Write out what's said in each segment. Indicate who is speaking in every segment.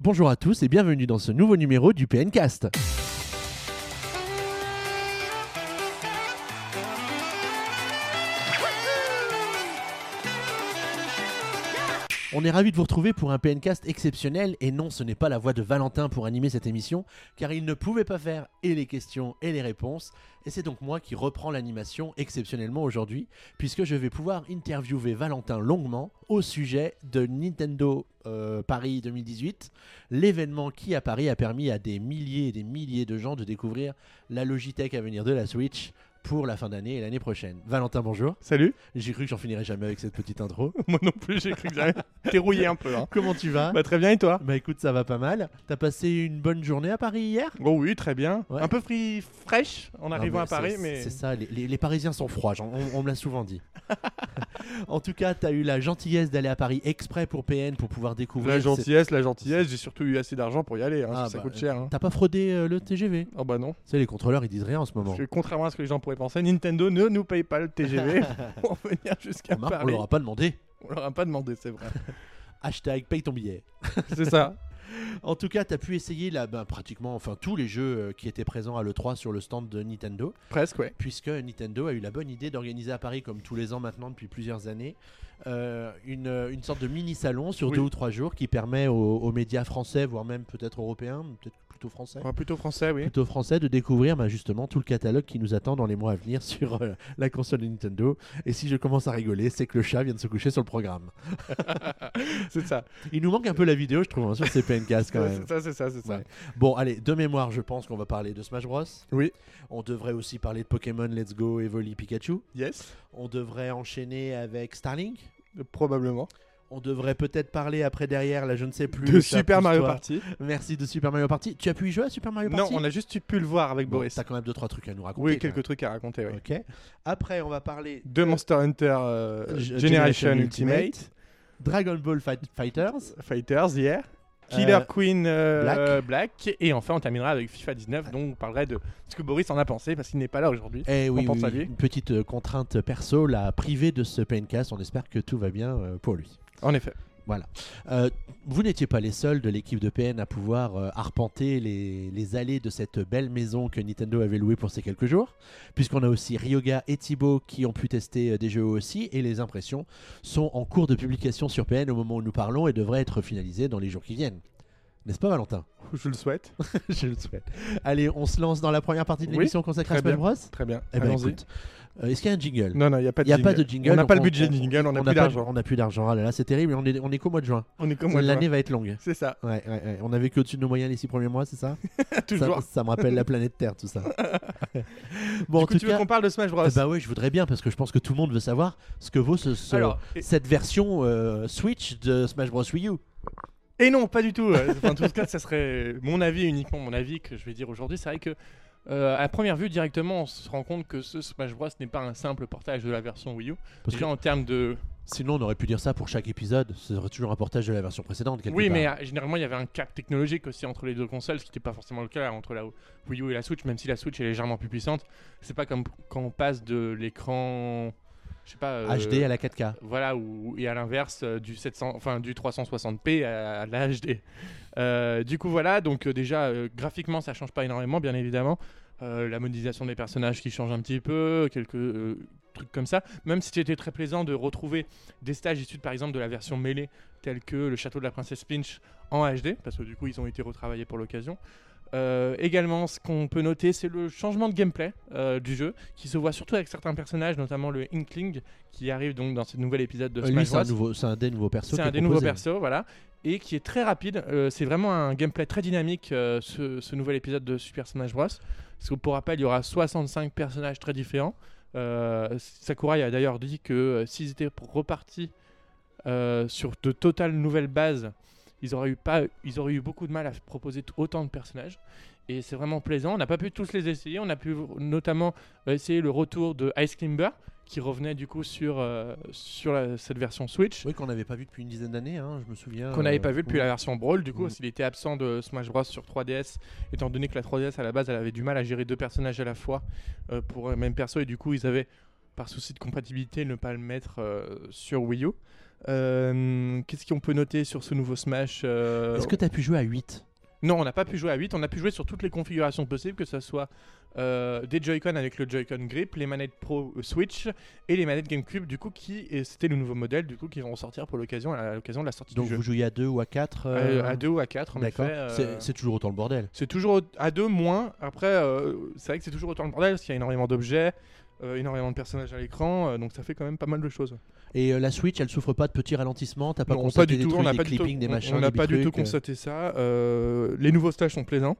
Speaker 1: Bonjour à tous et bienvenue dans ce nouveau numéro du PNcast. On est ravis de vous retrouver pour un PNcast exceptionnel et non ce n'est pas la voix de Valentin pour animer cette émission car il ne pouvait pas faire et les questions et les réponses et c'est donc moi qui reprends l'animation exceptionnellement aujourd'hui puisque je vais pouvoir interviewer Valentin longuement au sujet de Nintendo euh, Paris 2018, l'événement qui à Paris a permis à des milliers et des milliers de gens de découvrir la Logitech à venir de la Switch pour la fin d'année et l'année prochaine. Valentin, bonjour.
Speaker 2: Salut.
Speaker 1: J'ai cru que j'en finirais jamais avec cette petite intro.
Speaker 2: Moi non plus, j'ai cru que j'allais dérouiller un peu. hein.
Speaker 1: Comment tu vas
Speaker 2: Bah, très bien, et toi
Speaker 1: Bah écoute, ça va pas mal. T'as passé une bonne journée à Paris hier
Speaker 2: Oh oui, très bien.
Speaker 1: Ouais.
Speaker 2: Un peu fri- fraîche en arrivant
Speaker 1: Non,
Speaker 2: à
Speaker 1: mais
Speaker 2: Paris,
Speaker 1: c'est-
Speaker 2: Ah, mais...
Speaker 1: C'est ça, les, les- les Parisiens sont froids, j'en- on, on me l'a souvent dit. en tout cas, t'as eu la gentillesse d'aller à Paris exprès pour PN pour pouvoir découvrir.
Speaker 2: La
Speaker 1: ces-
Speaker 2: gentillesse, la gentillesse, j'ai surtout eu assez d'argent pour y aller, hein,
Speaker 1: Ah,
Speaker 2: ça
Speaker 1: bah,
Speaker 2: coûte cher. hein.
Speaker 1: T'as pas fraudé euh, le TGV
Speaker 2: Oh bah non,
Speaker 1: Tu sais, les contrôleurs ils disent rien en ce moment.
Speaker 2: parce que contrairement à ce que les gens pourraient penser, Nintendo ne nous paye pas le TGV pour venir jusqu'à
Speaker 1: Remarque, on
Speaker 2: Paris.
Speaker 1: leur a pas demandé.
Speaker 2: On leur a pas demandé, c'est vrai.
Speaker 1: Hashtag paye ton billet.
Speaker 2: c'est ça.
Speaker 1: En tout cas, t'as pu essayer là, ben, pratiquement enfin, tous les jeux euh, qui étaient présents à l'E3 sur le stand de Nintendo.
Speaker 2: Presque, ouais.
Speaker 1: puisque Nintendo a eu la bonne idée d'organiser à Paris, comme tous les ans maintenant depuis plusieurs années, euh, une, une sorte de mini-salon sur
Speaker 2: Oui.
Speaker 1: deux ou trois jours qui permet aux, aux médias français, voire même peut-être européens, peut-être plutôt français,
Speaker 2: Ouais, plutôt français, oui.
Speaker 1: plutôt français, de découvrir bah, justement tout le catalogue qui nous attend dans les mois à venir sur euh, la console de Nintendo. Et si je commence à rigoler, c'est que le chat vient de se coucher sur le programme.
Speaker 2: C'est ça.
Speaker 1: Il nous manque un peu la vidéo, je trouve, hein, sur ces PNCast quand même.
Speaker 2: C'est ça, c'est ça, c'est ça.
Speaker 1: Ouais. Bon, allez, de mémoire, je pense qu'on va parler de Smash Bros.
Speaker 2: Oui.
Speaker 1: On devrait aussi parler de Pokémon Let's Go, Evoli, Pikachu.
Speaker 2: Yes,
Speaker 1: On devrait enchaîner avec Starlink.
Speaker 2: probablement.
Speaker 1: On devrait peut-être parler après derrière, là je ne sais plus.
Speaker 2: De
Speaker 1: ça
Speaker 2: Super
Speaker 1: pousse
Speaker 2: Mario
Speaker 1: toi.
Speaker 2: Party.
Speaker 1: Merci de Super Mario Party. Tu as pu y jouer à Super Mario
Speaker 2: Non,
Speaker 1: Party
Speaker 2: on a juste pu le voir avec
Speaker 1: Bon,
Speaker 2: Boris.
Speaker 1: T'as quand même deux trois trucs à nous raconter.
Speaker 2: Oui,
Speaker 1: quand
Speaker 2: quelques trucs à raconter,
Speaker 1: même.
Speaker 2: oui.
Speaker 1: Ok. Après, on va parler
Speaker 2: De Monster Hunter euh,
Speaker 1: Euh, G- Generation
Speaker 2: Generation Ultimate,
Speaker 1: Ultimate. Dragon Ball Fight- Fighters.
Speaker 2: Fighters hier, Killer
Speaker 1: Euh,
Speaker 2: Queen euh, Black. et enfin on terminera avec FIFA 19, dont on parlerait de ce que Boris en a pensé parce qu'il n'est pas là aujourd'hui.
Speaker 1: Eh oui,
Speaker 2: pense
Speaker 1: oui,
Speaker 2: à
Speaker 1: oui.
Speaker 2: lui.
Speaker 1: une petite euh, contrainte perso, la privée de ce PNCast. On espère que tout va bien euh, pour lui.
Speaker 2: En effet.
Speaker 1: Euh, vous n'étiez pas les seuls de l'équipe de PN à pouvoir euh, arpenter les, les allées de cette belle maison que Nintendo avait louée pour ces quelques jours, puisqu'on a aussi Ryoga et Thibaut qui ont pu tester euh, des jeux aussi, et les impressions sont en cours de publication sur PN au moment où nous parlons et devraient être finalisées dans les jours qui viennent. N'est-ce pas Valentin
Speaker 2: Je le souhaite.
Speaker 1: Je le souhaite. Allez, on se lance dans la première partie de
Speaker 2: Oui,
Speaker 1: l'émission consacrée à
Speaker 2: très
Speaker 1: Smash Bros
Speaker 2: Très bien.
Speaker 1: Eh ben
Speaker 2: Allons-y.
Speaker 1: écoute, euh, est-ce qu'il y a un jingle
Speaker 2: Non, non, il n'y a pas de
Speaker 1: Il y a
Speaker 2: jingle.
Speaker 1: pas de jingle,
Speaker 2: On n'a
Speaker 1: donc
Speaker 2: pas le
Speaker 1: on-
Speaker 2: budget
Speaker 1: on-
Speaker 2: de jingle, on n'a
Speaker 1: n'a
Speaker 2: plus
Speaker 1: pas-
Speaker 2: d'argent.
Speaker 1: On n'a plus d'argent. Ah là là, c'est terrible, mais on est, on est qu'au mois de juin.
Speaker 2: On est comme moi.
Speaker 1: L'année va être longue.
Speaker 2: C'est ça,
Speaker 1: Ouais, ouais, ouais. On avait que au-dessus de nos moyens les six premiers mois, c'est ça ça,
Speaker 2: toujours.
Speaker 1: ça me rappelle la planète Terre, tout ça. bon,
Speaker 2: Du
Speaker 1: en
Speaker 2: coup,
Speaker 1: tout
Speaker 2: tu veux
Speaker 1: cas,
Speaker 2: qu'on parle de Smash Bros
Speaker 1: eh ben ouais, je voudrais bien parce que je pense que tout le monde veut savoir ce que vaut ce, ce-
Speaker 2: Alors, et-
Speaker 1: cette version euh, Switch de Smash Bros Wii U.
Speaker 2: Et non, pas du tout. euh, Enfin, en tout cas, ça serait mon avis, uniquement mon avis que je vais dire aujourd'hui. C'est vrai que, euh, à première vue, directement, on se rend compte que ce Smash Bros n'est pas un simple portage de la version Wii U.
Speaker 1: Parce
Speaker 2: Déjà en termes de.
Speaker 1: Sinon, on aurait pu dire ça pour chaque épisode. Ce serait toujours un portage de la version précédente. quelque
Speaker 2: Oui,
Speaker 1: part.
Speaker 2: mais euh, généralement, il y avait un cap technologique aussi entre les deux consoles, ce qui n'était pas forcément le cas entre la Wii U et la Switch, même si la Switch est légèrement plus puissante. C'est pas comme quand on passe de l'écran. Je sais pas. euh,
Speaker 1: HD à la 4K.
Speaker 2: Voilà, ou, et à l'inverse euh, du, 700, enfin, du 360p à, à la HD. Euh, du coup, voilà, donc euh, déjà, euh, graphiquement, ça change pas énormément, bien évidemment. Euh, la modélisation des personnages qui change un petit peu, quelques euh, trucs comme ça. Même si c'était très plaisant de retrouver des stages issus, par exemple, de la version mêlée, tels que le château de la princesse Peach en HD, parce que du coup, ils ont été retravaillés pour l'occasion. Euh, également, ce qu'on peut noter, c'est le changement de gameplay euh, du jeu, qui se voit surtout avec certains personnages, notamment le Inkling, qui arrive donc dans ce nouvel épisode de
Speaker 1: Euh, Lui,
Speaker 2: Smash
Speaker 1: c'est
Speaker 2: Bros.
Speaker 1: un, nouveau, c'est un des nouveaux persos.
Speaker 2: C'est
Speaker 1: qui
Speaker 2: un
Speaker 1: est
Speaker 2: des nouveaux
Speaker 1: proposé.
Speaker 2: persos, voilà. Et qui est très rapide. Euh, c'est vraiment un gameplay très dynamique, euh, ce, ce nouvel épisode de Super Smash Bros. Parce que pour rappel, il y aura 65 personnages très différents. Euh, Sakurai a d'ailleurs dit que euh, s'ils étaient repartis euh, sur de totales nouvelles bases, ils auraient, eu pas, ils auraient eu beaucoup de mal à proposer t- autant de personnages. Et c'est vraiment plaisant. On n'a pas pu tous les essayer. On a pu notamment euh, essayer le retour de Ice Climber, qui revenait du coup sur, euh, sur la- cette version Switch
Speaker 1: Oui, qu'on n'avait pas vu depuis une dizaine d'années, hein, je me souviens.
Speaker 2: qu'on n'avait pas vu depuis
Speaker 1: depuis
Speaker 2: la version Brawl, du coup,
Speaker 1: Mm.
Speaker 2: s'il était absent de Smash Bros sur 3DS, étant donné que la 3DS à la base elle avait du mal à gérer deux personnages à la fois euh, pour un même perso, et du coup ils avaient par souci de compatibilité, ne pas le mettre euh, sur Wii U. Euh, Qu'est-ce qu'on peut noter sur ce nouveau Smash euh,
Speaker 1: Est-ce que tu as pu jouer à 8
Speaker 2: Non, on n'a pas pu jouer à 8, on a pu jouer sur toutes les configurations possibles, que ce soit euh, des Joy-Con avec le Joy-Con Grip, les manettes Pro euh, Switch et les manettes GameCube, du coup, qui et c'était le nouveau modèle, du coup, qui vont sortir pour l'occasion, à l'occasion de la sortie
Speaker 1: Donc
Speaker 2: du jeu.
Speaker 1: vous jouiez à 2 ou à 4
Speaker 2: Euh, À- à 2 ou à 4, en effet.
Speaker 1: D'accord.
Speaker 2: euh,
Speaker 1: C'est- C'est toujours autant le bordel.
Speaker 2: c'est toujours au- à deux moins. Après, euh, c'est vrai que c'est toujours autant le bordel parce qu'il y a énormément d'objets, euh, énormément de personnages à l'écran, euh, donc ça fait quand même pas mal de choses.
Speaker 1: Et euh, la Switch, elle souffre pas de petits ralentissements, t'as pas
Speaker 2: Non,
Speaker 1: constaté des
Speaker 2: du tout,
Speaker 1: trucs,
Speaker 2: on n'a
Speaker 1: des
Speaker 2: pas du tout,
Speaker 1: clippings, des
Speaker 2: on-
Speaker 1: machins,
Speaker 2: on n'a
Speaker 1: des
Speaker 2: pas du tout
Speaker 1: bitrucs, euh.
Speaker 2: constaté ça. Euh, les nouveaux stages sont plaisants.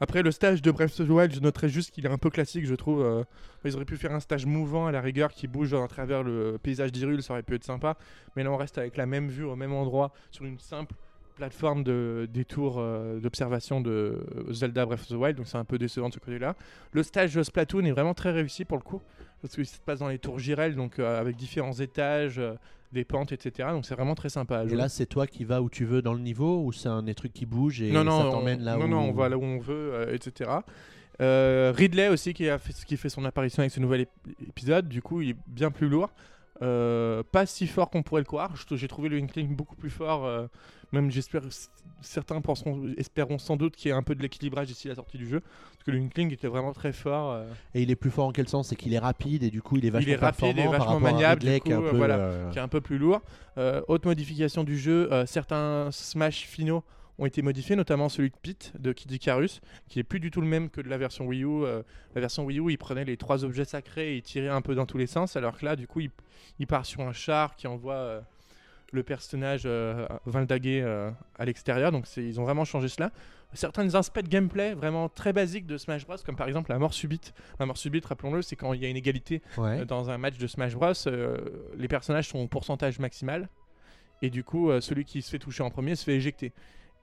Speaker 2: Après, le stage de Breath of the Wild, je noterais juste qu'il est un peu classique, je trouve. euh, ils auraient pu faire un stage mouvant à la rigueur qui bouge à travers le paysage d'Irule, ça aurait pu être sympa. Mais là, on reste avec la même vue au même endroit sur une simple plateforme de détour euh, d'observation de Zelda Breath of the Wild, donc c'est un peu décevant de ce côté-là. Le stage Splatoon est vraiment très réussi pour le coup, parce qu'il se passe dans les tours Girel, donc euh, avec différents étages, euh, des pentes, etc. Donc c'est vraiment très sympa à
Speaker 1: Et
Speaker 2: jouer.
Speaker 1: là, c'est toi qui vas où tu veux dans le niveau ou c'est un des trucs qui bougent et
Speaker 2: non,
Speaker 1: ça
Speaker 2: non,
Speaker 1: t'emmène
Speaker 2: on,
Speaker 1: là
Speaker 2: non,
Speaker 1: où
Speaker 2: non, on va là où on veut, euh, etc. Euh, Ridley aussi qui, a fait, qui fait son apparition avec ce nouvel ép- épisode, du coup il est bien plus lourd. Euh, pas si fort qu'on pourrait le croire. Je- J'ai trouvé le Inkling beaucoup plus fort. euh, même j'espère, certains penseront, espérons sans doute qu'il y ait un peu de l'équilibrage d'ici la sortie du jeu, parce que le Inkling était vraiment très fort. euh,
Speaker 1: Et il est plus fort en quel sens C'est qu'il est rapide et du coup il est vachement
Speaker 2: est rapide et
Speaker 1: performant par
Speaker 2: vachement
Speaker 1: rapport à
Speaker 2: maniable,
Speaker 1: Ridley
Speaker 2: du
Speaker 1: qui est un
Speaker 2: coup,
Speaker 1: peu,
Speaker 2: voilà,
Speaker 1: euh,
Speaker 2: qui est un peu plus lourd. Euh, autre modification du jeu, euh, certains Smash finaux ont été modifiés, notamment celui de Pete de Kid Icarus, qui est plus du tout le même que de la version Wii U. Euh, la version Wii U, il prenait les trois objets sacrés et il tirait un peu dans tous les sens, alors que là, du coup, il, il part sur un char qui envoie euh, le personnage euh, Valdaguer euh, à l'extérieur. Donc, c'est- ils ont vraiment changé cela. Certains aspects de gameplay vraiment très basiques de Smash Bros, comme par exemple la mort subite. La mort subite, rappelons-le, c'est quand il y a une égalité
Speaker 1: ouais.
Speaker 2: euh, dans un match de Smash Bros, euh, les personnages sont au pourcentage maximal. Et du coup, euh, celui qui se fait toucher en premier se fait éjecter.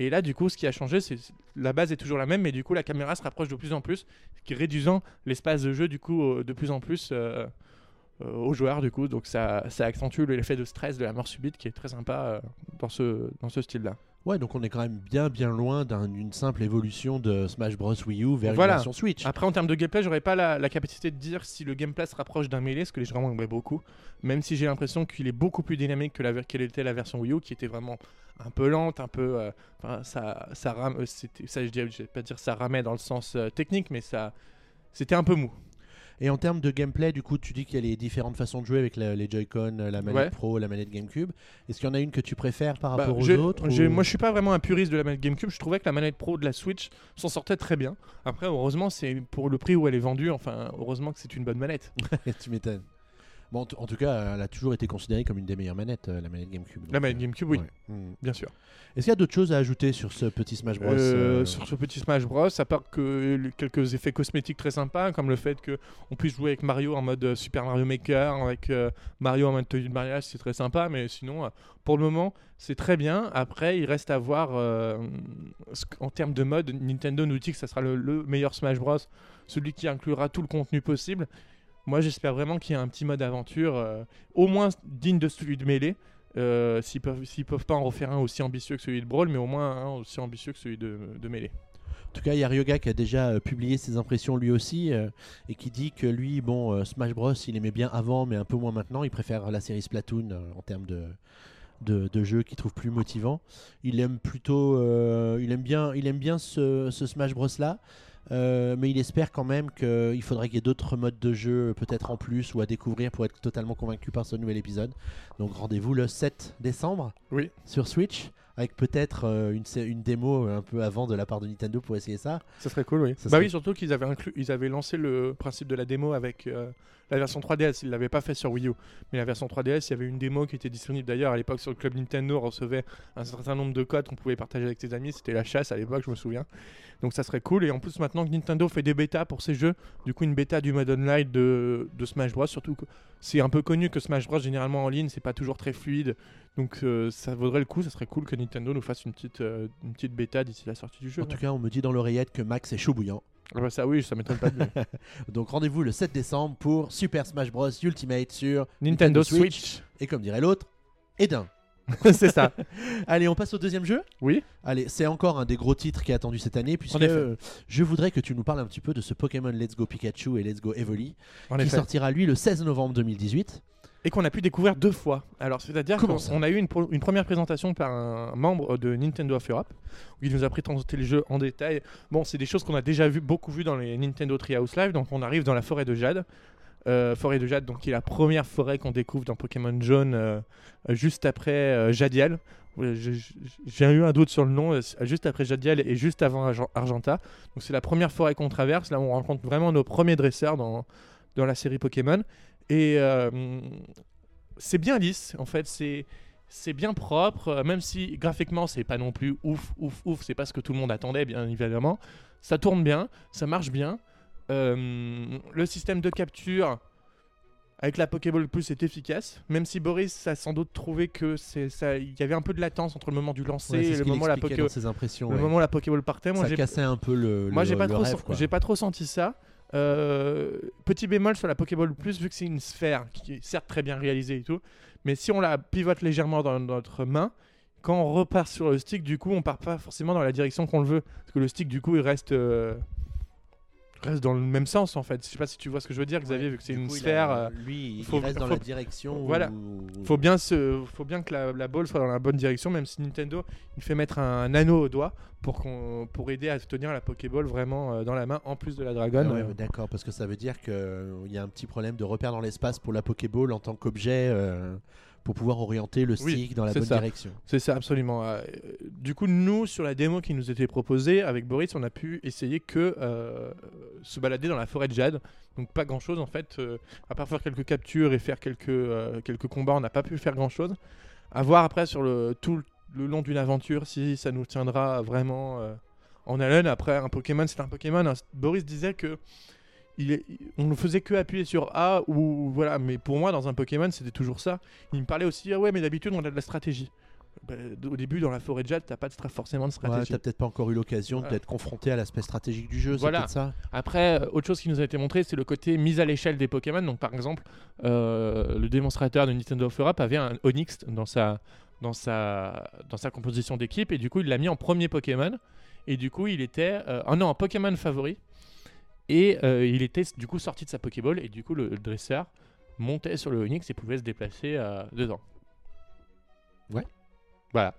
Speaker 2: Et là, du coup, ce qui a changé, c'est c'est- la base est toujours la même, mais du coup, la caméra se rapproche de plus en plus, ce qui réduisant l'espace de jeu, du coup, euh, de plus en plus euh, euh, aux joueurs, du coup. Donc, ça, ça accentue l'effet de stress de la mort subite, qui est très sympa euh, dans ce, dans ce style-là.
Speaker 1: Ouais, donc on est quand même bien bien loin d'un- d'une simple évolution de Smash Bros Wii U vers
Speaker 2: Voilà. Ah.
Speaker 1: une version Switch.
Speaker 2: Après, en termes de gameplay, j'aurais pas la, la capacité de dire si le gameplay se rapproche d'un melee, ce que les gens aimeraient beaucoup. Même si j'ai l'impression qu'il est beaucoup plus dynamique que la, ver- qu'elle était la version Wii U, qui était vraiment un peu lente, un peu. euh, enfin, ça, ça, ram- euh, c'était- ça, je dirais- je vais pas dire ça ramait dans le sens euh, technique, mais ça, c'était un peu mou.
Speaker 1: Et en termes de gameplay, du coup, tu dis qu'il y a les différentes façons de jouer avec la- les Joy-Con, euh, la manette
Speaker 2: Ouais.
Speaker 1: Pro, la manette GameCube. Est-ce qu'il y en a une que tu préfères par
Speaker 2: Bah,
Speaker 1: rapport aux
Speaker 2: j'ai-
Speaker 1: autres
Speaker 2: j'ai-
Speaker 1: ou-
Speaker 2: Moi, je suis pas vraiment un puriste de la manette GameCube. Je trouvais que la manette Pro de la Switch s'en sortait très bien. Après, heureusement, c'est pour le prix où elle est vendue. Enfin, heureusement que c'est une bonne manette.
Speaker 1: tu m'étonnes. Bon, en, tout- en tout cas, elle a toujours été considérée comme une des meilleures manettes, euh, la manette GameCube.
Speaker 2: La
Speaker 1: donc,
Speaker 2: manette
Speaker 1: euh,
Speaker 2: GameCube, oui,
Speaker 1: ouais. Mm.
Speaker 2: bien sûr.
Speaker 1: Est-ce qu'il y a d'autres choses à ajouter sur ce petit Smash Bros
Speaker 2: Euh,
Speaker 1: euh,
Speaker 2: sur ce petit Smash Bros, à part que le- quelques effets cosmétiques très sympas, comme le fait que on puisse jouer avec Mario en mode euh, Super Mario Maker, avec euh, Mario en mode tenue de mariage, c'est très sympa. Mais sinon, euh, pour le moment, c'est très bien. Après, il reste à voir euh, ce qu- en termes de mode. Nintendo nous dit que ça sera le, le meilleur Smash Bros, celui qui inclura tout le contenu possible. Moi, j'espère vraiment qu'il y a un petit mode aventure, euh, au moins digne de celui de Melee. Euh, S'ils peuvent, s'ils peuvent pas en refaire un aussi ambitieux que celui de Brawl, mais au moins un aussi ambitieux que celui de, de Melee.
Speaker 1: En tout cas, il y a Ryoga qui a déjà euh, publié ses impressions lui aussi euh, et qui dit que lui, bon, euh, Smash Bros, il aimait bien avant, mais un peu moins maintenant. Il préfère la série Splatoon euh, en termes de, de, de jeu qu'il trouve plus motivant. Il aime plutôt, euh, il aime bien, il aime bien ce, ce Smash Bros là. euh, mais il espère quand même qu'il faudrait qu'il y ait d'autres modes de jeu, euh, peut-être en plus ou à découvrir pour être totalement convaincu par ce nouvel épisode. Donc rendez-vous le 7 décembre
Speaker 2: Oui.
Speaker 1: sur Switch, avec peut-être euh, une, sé- une démo un peu avant de la part de Nintendo pour essayer ça.
Speaker 2: Ça serait cool, oui.
Speaker 1: Ça
Speaker 2: bah
Speaker 1: serait-
Speaker 2: oui, surtout qu'ils avaient, inclus, ils avaient lancé le principe de la démo avec euh, la version 3DS. Ils l'avaient pas fait sur Wii U. Mais la version 3DS, il y avait une démo qui était disponible d'ailleurs à l'époque sur le club Nintendo. On recevait un certain nombre de codes qu'on pouvait partager avec ses amis. C'était la chasse à l'époque, je me souviens. Donc ça serait cool. Et en plus, maintenant que Nintendo fait des bêtas pour ses jeux, du coup, une bêta du mode online de, de Smash Bros. Surtout que c'est un peu connu que Smash Bros, généralement en ligne, c'est pas toujours très fluide. Donc euh, ça vaudrait le coup. Ça serait cool que Nintendo nous fasse une petite, euh, une petite bêta d'ici la sortie du jeu.
Speaker 1: En tout cas, on me dit dans l'oreillette que Max est chaud bouillant.
Speaker 2: Ah bah ça, oui, ça m'étonne pas de lui.
Speaker 1: Donc rendez-vous le 7 décembre pour Super Smash Bros Ultimate sur
Speaker 2: Nintendo Switch.
Speaker 1: Et comme dirait l'autre, et d'un.
Speaker 2: c'est ça.
Speaker 1: Allez, on passe au deuxième jeu
Speaker 2: Oui.
Speaker 1: Allez, c'est encore un des gros titres qui est attendu cette année, puisque
Speaker 2: En effet.
Speaker 1: euh, je voudrais que tu nous parles un petit peu de ce Pokémon Let's Go Pikachu et Let's Go Evoli,
Speaker 2: En
Speaker 1: qui
Speaker 2: effet.
Speaker 1: sortira lui le 16 novembre 2018.
Speaker 2: Et qu'on a pu découvrir deux fois. Alors, c'est-à-dire
Speaker 1: Comment
Speaker 2: qu'on
Speaker 1: ça
Speaker 2: on a eu une, pro- une première présentation par un membre de Nintendo of Europe, où il nous a présenté le jeu en détail. Bon, c'est des choses qu'on a déjà vu, beaucoup vu dans les Nintendo Treehouse Live. Donc, on arrive dans la forêt de Jade. Euh, forêt de Jade, donc qui est la première forêt qu'on découvre dans Pokémon Jaune, euh, euh, juste après euh, Jadial. Euh, je- je- J'ai eu un doute sur le nom, euh, c'est- juste après Jadial et juste avant Argen- Argenta. Donc c'est la première forêt qu'on traverse, là où on rencontre vraiment nos premiers dresseurs dans, dans la série Pokémon. Et euh, c'est bien lisse, en fait, c'est... C'est bien propre, euh, même si graphiquement c'est pas non plus ouf, ouf, ouf, c'est pas ce que tout le monde attendait, bien évidemment. Ça tourne bien, ça marche bien. Euh, le système de capture avec la Pokéball Plus est efficace, même si Boris a sans doute trouvé que c'est ça, il y avait un peu de latence entre le moment du lancer
Speaker 1: Ouais,
Speaker 2: et
Speaker 1: c'est ce
Speaker 2: le
Speaker 1: qu'il
Speaker 2: moment où la
Speaker 1: expliquait
Speaker 2: Poké-
Speaker 1: dans ses impressions.
Speaker 2: le
Speaker 1: ouais.
Speaker 2: moment où la Pokéball partait, moi
Speaker 1: ça
Speaker 2: j'ai
Speaker 1: cassait un peu le,
Speaker 2: moi
Speaker 1: le-
Speaker 2: j'ai pas
Speaker 1: le
Speaker 2: trop
Speaker 1: rêve, quoi.
Speaker 2: j'ai pas trop senti ça. Euh, petit bémol sur la Pokéball Plus vu que c'est une sphère qui est certes très bien réalisée et tout, mais si on la pivote légèrement dans notre main, quand on repart sur le stick, du coup on part pas forcément dans la direction qu'on le veut parce que le stick du coup il reste euh, reste dans le même sens en fait. Je sais pas si tu vois ce que je veux dire Xavier
Speaker 1: Ouais,
Speaker 2: vu que c'est
Speaker 1: du
Speaker 2: une
Speaker 1: coup, il a-
Speaker 2: sphère. euh,
Speaker 1: lui, il
Speaker 2: faut-
Speaker 1: reste dans
Speaker 2: faut-
Speaker 1: la direction.
Speaker 2: voilà.
Speaker 1: où-
Speaker 2: faut bien se, faut bien que la, la balle soit dans la bonne direction, même si Nintendo il fait mettre un, anneau au doigt pour qu'on, pour aider à tenir la Pokéball vraiment euh, dans la main en plus de la
Speaker 1: Ah
Speaker 2: Dragon.
Speaker 1: ouais,
Speaker 2: Euh,
Speaker 1: mais D'accord, parce que ça veut dire qu'il y a un petit problème de repère dans l'espace pour la Pokéball en tant qu'objet euh, pour pouvoir orienter le
Speaker 2: Oui,
Speaker 1: stick dans la
Speaker 2: c'est
Speaker 1: bonne
Speaker 2: ça.
Speaker 1: direction.
Speaker 2: C'est ça, absolument. Euh, du coup, nous, sur la démo qui nous était proposée, avec Boris, on a pu essayer que euh, se balader dans la forêt de Jade. Donc, pas grand chose en fait. Euh, à part faire quelques captures et faire quelques, euh, quelques combats, on n'a pas pu faire grand chose. À voir après sur le, tout le- le long d'une aventure si ça nous tiendra vraiment euh, en haleine. Après, un Pokémon, c'est un Pokémon. hein. Boris disait que. Il est- on ne faisait que appuyer sur A ou voilà, mais pour moi dans un Pokémon c'était toujours ça. Il me parlait aussi ah ouais mais d'habitude on a de la stratégie. Bah, d- au début, dans la forêt de Jade, t'as pas de stra- forcément de
Speaker 1: Ouais,
Speaker 2: stratégie.
Speaker 1: T'as peut-être pas encore eu l'occasion
Speaker 2: Ouais.
Speaker 1: d'être confronté à l'aspect stratégique du jeu, c'est
Speaker 2: Voilà.
Speaker 1: peut-être ça
Speaker 2: Après, euh, autre chose qui nous a été montrée, c'est le côté mise à l'échelle des Pokémon. Donc, par exemple, euh, le démonstrateur de Nintendo of Europe avait un Onyx dans sa, dans sa, dans sa composition d'équipe, et du coup, il l'a mis en premier Pokémon. Et du coup, il était euh, ah non, en Pokémon favori. Et euh, il était du coup sorti de sa Pokéball, et du coup, le, le dresseur montait sur le Onyx et pouvait se déplacer euh, dedans.
Speaker 1: Ouais.
Speaker 2: Voilà.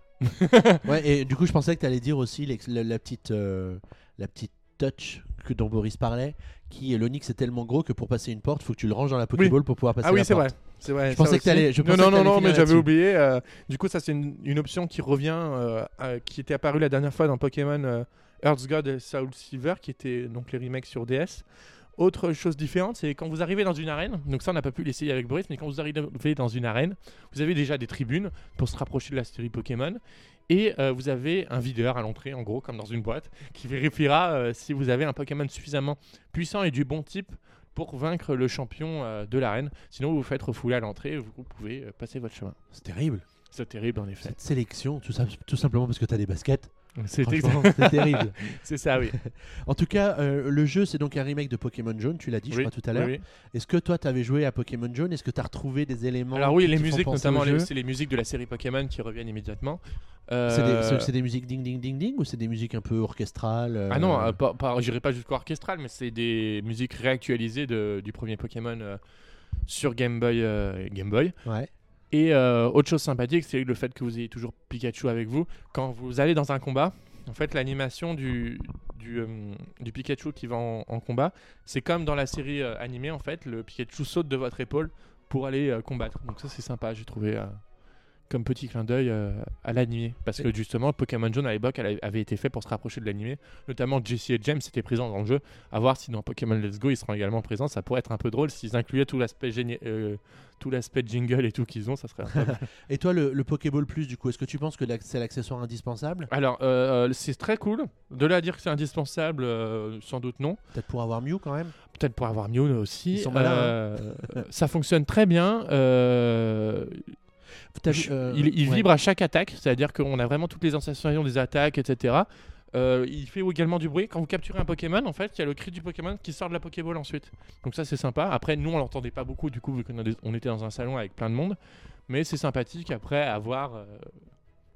Speaker 1: Ouais, et du coup, je pensais que tu allais dire aussi l'ex- la, la petite, euh, la petite touch que dont Boris parlait, qui est l'Onyx est tellement gros que pour passer une porte, faut que tu le ranges dans la Pokéball pour pouvoir passer
Speaker 2: Ah oui,
Speaker 1: la
Speaker 2: c'est
Speaker 1: porte.
Speaker 2: vrai. C'est
Speaker 1: Je
Speaker 2: vrai. ça
Speaker 1: pensais que
Speaker 2: aussi.
Speaker 1: t'allais- je
Speaker 2: non,
Speaker 1: pensais
Speaker 2: non,
Speaker 1: que
Speaker 2: non,
Speaker 1: t'allais
Speaker 2: non,
Speaker 1: finir
Speaker 2: mais j'avais
Speaker 1: là-dessus.
Speaker 2: oublié. euh, du coup, ça, c'est une, une option qui revient, euh, à- qui était apparue la dernière fois dans Pokémon euh, Earth's God et Soul Silver, qui étaient donc les remakes sur DS. Autre chose différente, c'est quand vous arrivez dans une arène, donc ça on n'a pas pu l'essayer avec Boris, mais quand vous arrivez dans une arène, vous avez déjà des tribunes pour se rapprocher de la série Pokémon, et euh, vous avez un videur à l'entrée, en gros, comme dans une boîte, qui vérifiera euh, si vous avez un Pokémon suffisamment puissant et du bon type pour vaincre le champion euh, de l'arène. Sinon, vous vous faites refouler à l'entrée et vous pouvez euh, passer votre chemin.
Speaker 1: C'est terrible.
Speaker 2: C'est terrible, en effet.
Speaker 1: Cette sélection, tout, ça- tout simplement parce que t'as des baskets.
Speaker 2: C'est
Speaker 1: Franchement, C'est terrible.
Speaker 2: c'est ça, oui.
Speaker 1: En tout cas, euh, le jeu, c'est donc un remake de Pokémon Jaune, tu l'as dit, je
Speaker 2: Oui,
Speaker 1: crois, tout à l'heure.
Speaker 2: oui, oui.
Speaker 1: Est-ce que toi, t'avais joué à Pokémon Jaune Est-ce que t'as retrouvé des éléments
Speaker 2: Alors oui,
Speaker 1: qui
Speaker 2: les
Speaker 1: te font
Speaker 2: musiques,
Speaker 1: penser au
Speaker 2: notamment, les-
Speaker 1: jeu
Speaker 2: c'est les musiques de la série Pokémon qui reviennent immédiatement. Euh,
Speaker 1: C'est des, c'est- c'est des musiques ding ding ding ding ou c'est des musiques un peu orchestrales euh,
Speaker 2: Ah non, euh, pas, pas- j'irai pas jusqu'au orchestral, mais c'est des musiques réactualisées de- du premier Pokémon euh, sur Game Boy, euh, Game Boy.
Speaker 1: Ouais.
Speaker 2: Et euh, autre chose sympathique, c'est le fait que vous ayez toujours Pikachu avec vous. Quand vous allez dans un combat, en fait, l'animation du, du, euh, du Pikachu qui va en, en combat, c'est comme dans la série euh, animée, en fait, le Pikachu saute de votre épaule pour aller euh, combattre. Donc ça, c'est sympa, j'ai trouvé, euh, comme petit clin d'œil euh, à l'animé. Parce que justement, Pokémon Jaune, à l'époque, elle a- avait été fait pour se rapprocher de l'animé. Notamment, Jesse et James étaient présents dans le jeu. À voir si dans Pokémon Let's Go, ils seront également présents. Ça pourrait être un peu drôle s'ils incluaient tout l'aspect génie- euh, tout l'aspect jingle et tout qu'ils ont, ça serait incroyable.
Speaker 1: Et toi, le, le Pokéball Plus, du coup, est-ce que tu penses que l'ac- c'est l'accessoire indispensable
Speaker 2: Alors, euh, c'est très cool. De là à dire que c'est indispensable, euh, sans doute non.
Speaker 1: Peut-être pour avoir Mew quand même
Speaker 2: Peut-être pour avoir Mew aussi.
Speaker 1: Ils sont malins, hein.
Speaker 2: Euh, ça fonctionne très bien. Euh,
Speaker 1: T'as
Speaker 2: je-
Speaker 1: vu, euh,
Speaker 2: il il
Speaker 1: ouais.
Speaker 2: vibre à chaque attaque, c'est-à-dire qu'on a vraiment toutes les sensations des attaques, etc. Euh, il fait également du bruit. Quand vous capturez un Pokémon, en fait, il y a le cri du Pokémon qui sort de la Pokéball ensuite. Donc ça, c'est sympa. Après, nous, on l'entendait pas beaucoup, du coup, vu qu'on a des- on était dans un salon avec plein de monde. mais c'est sympathique après à avoir. euh,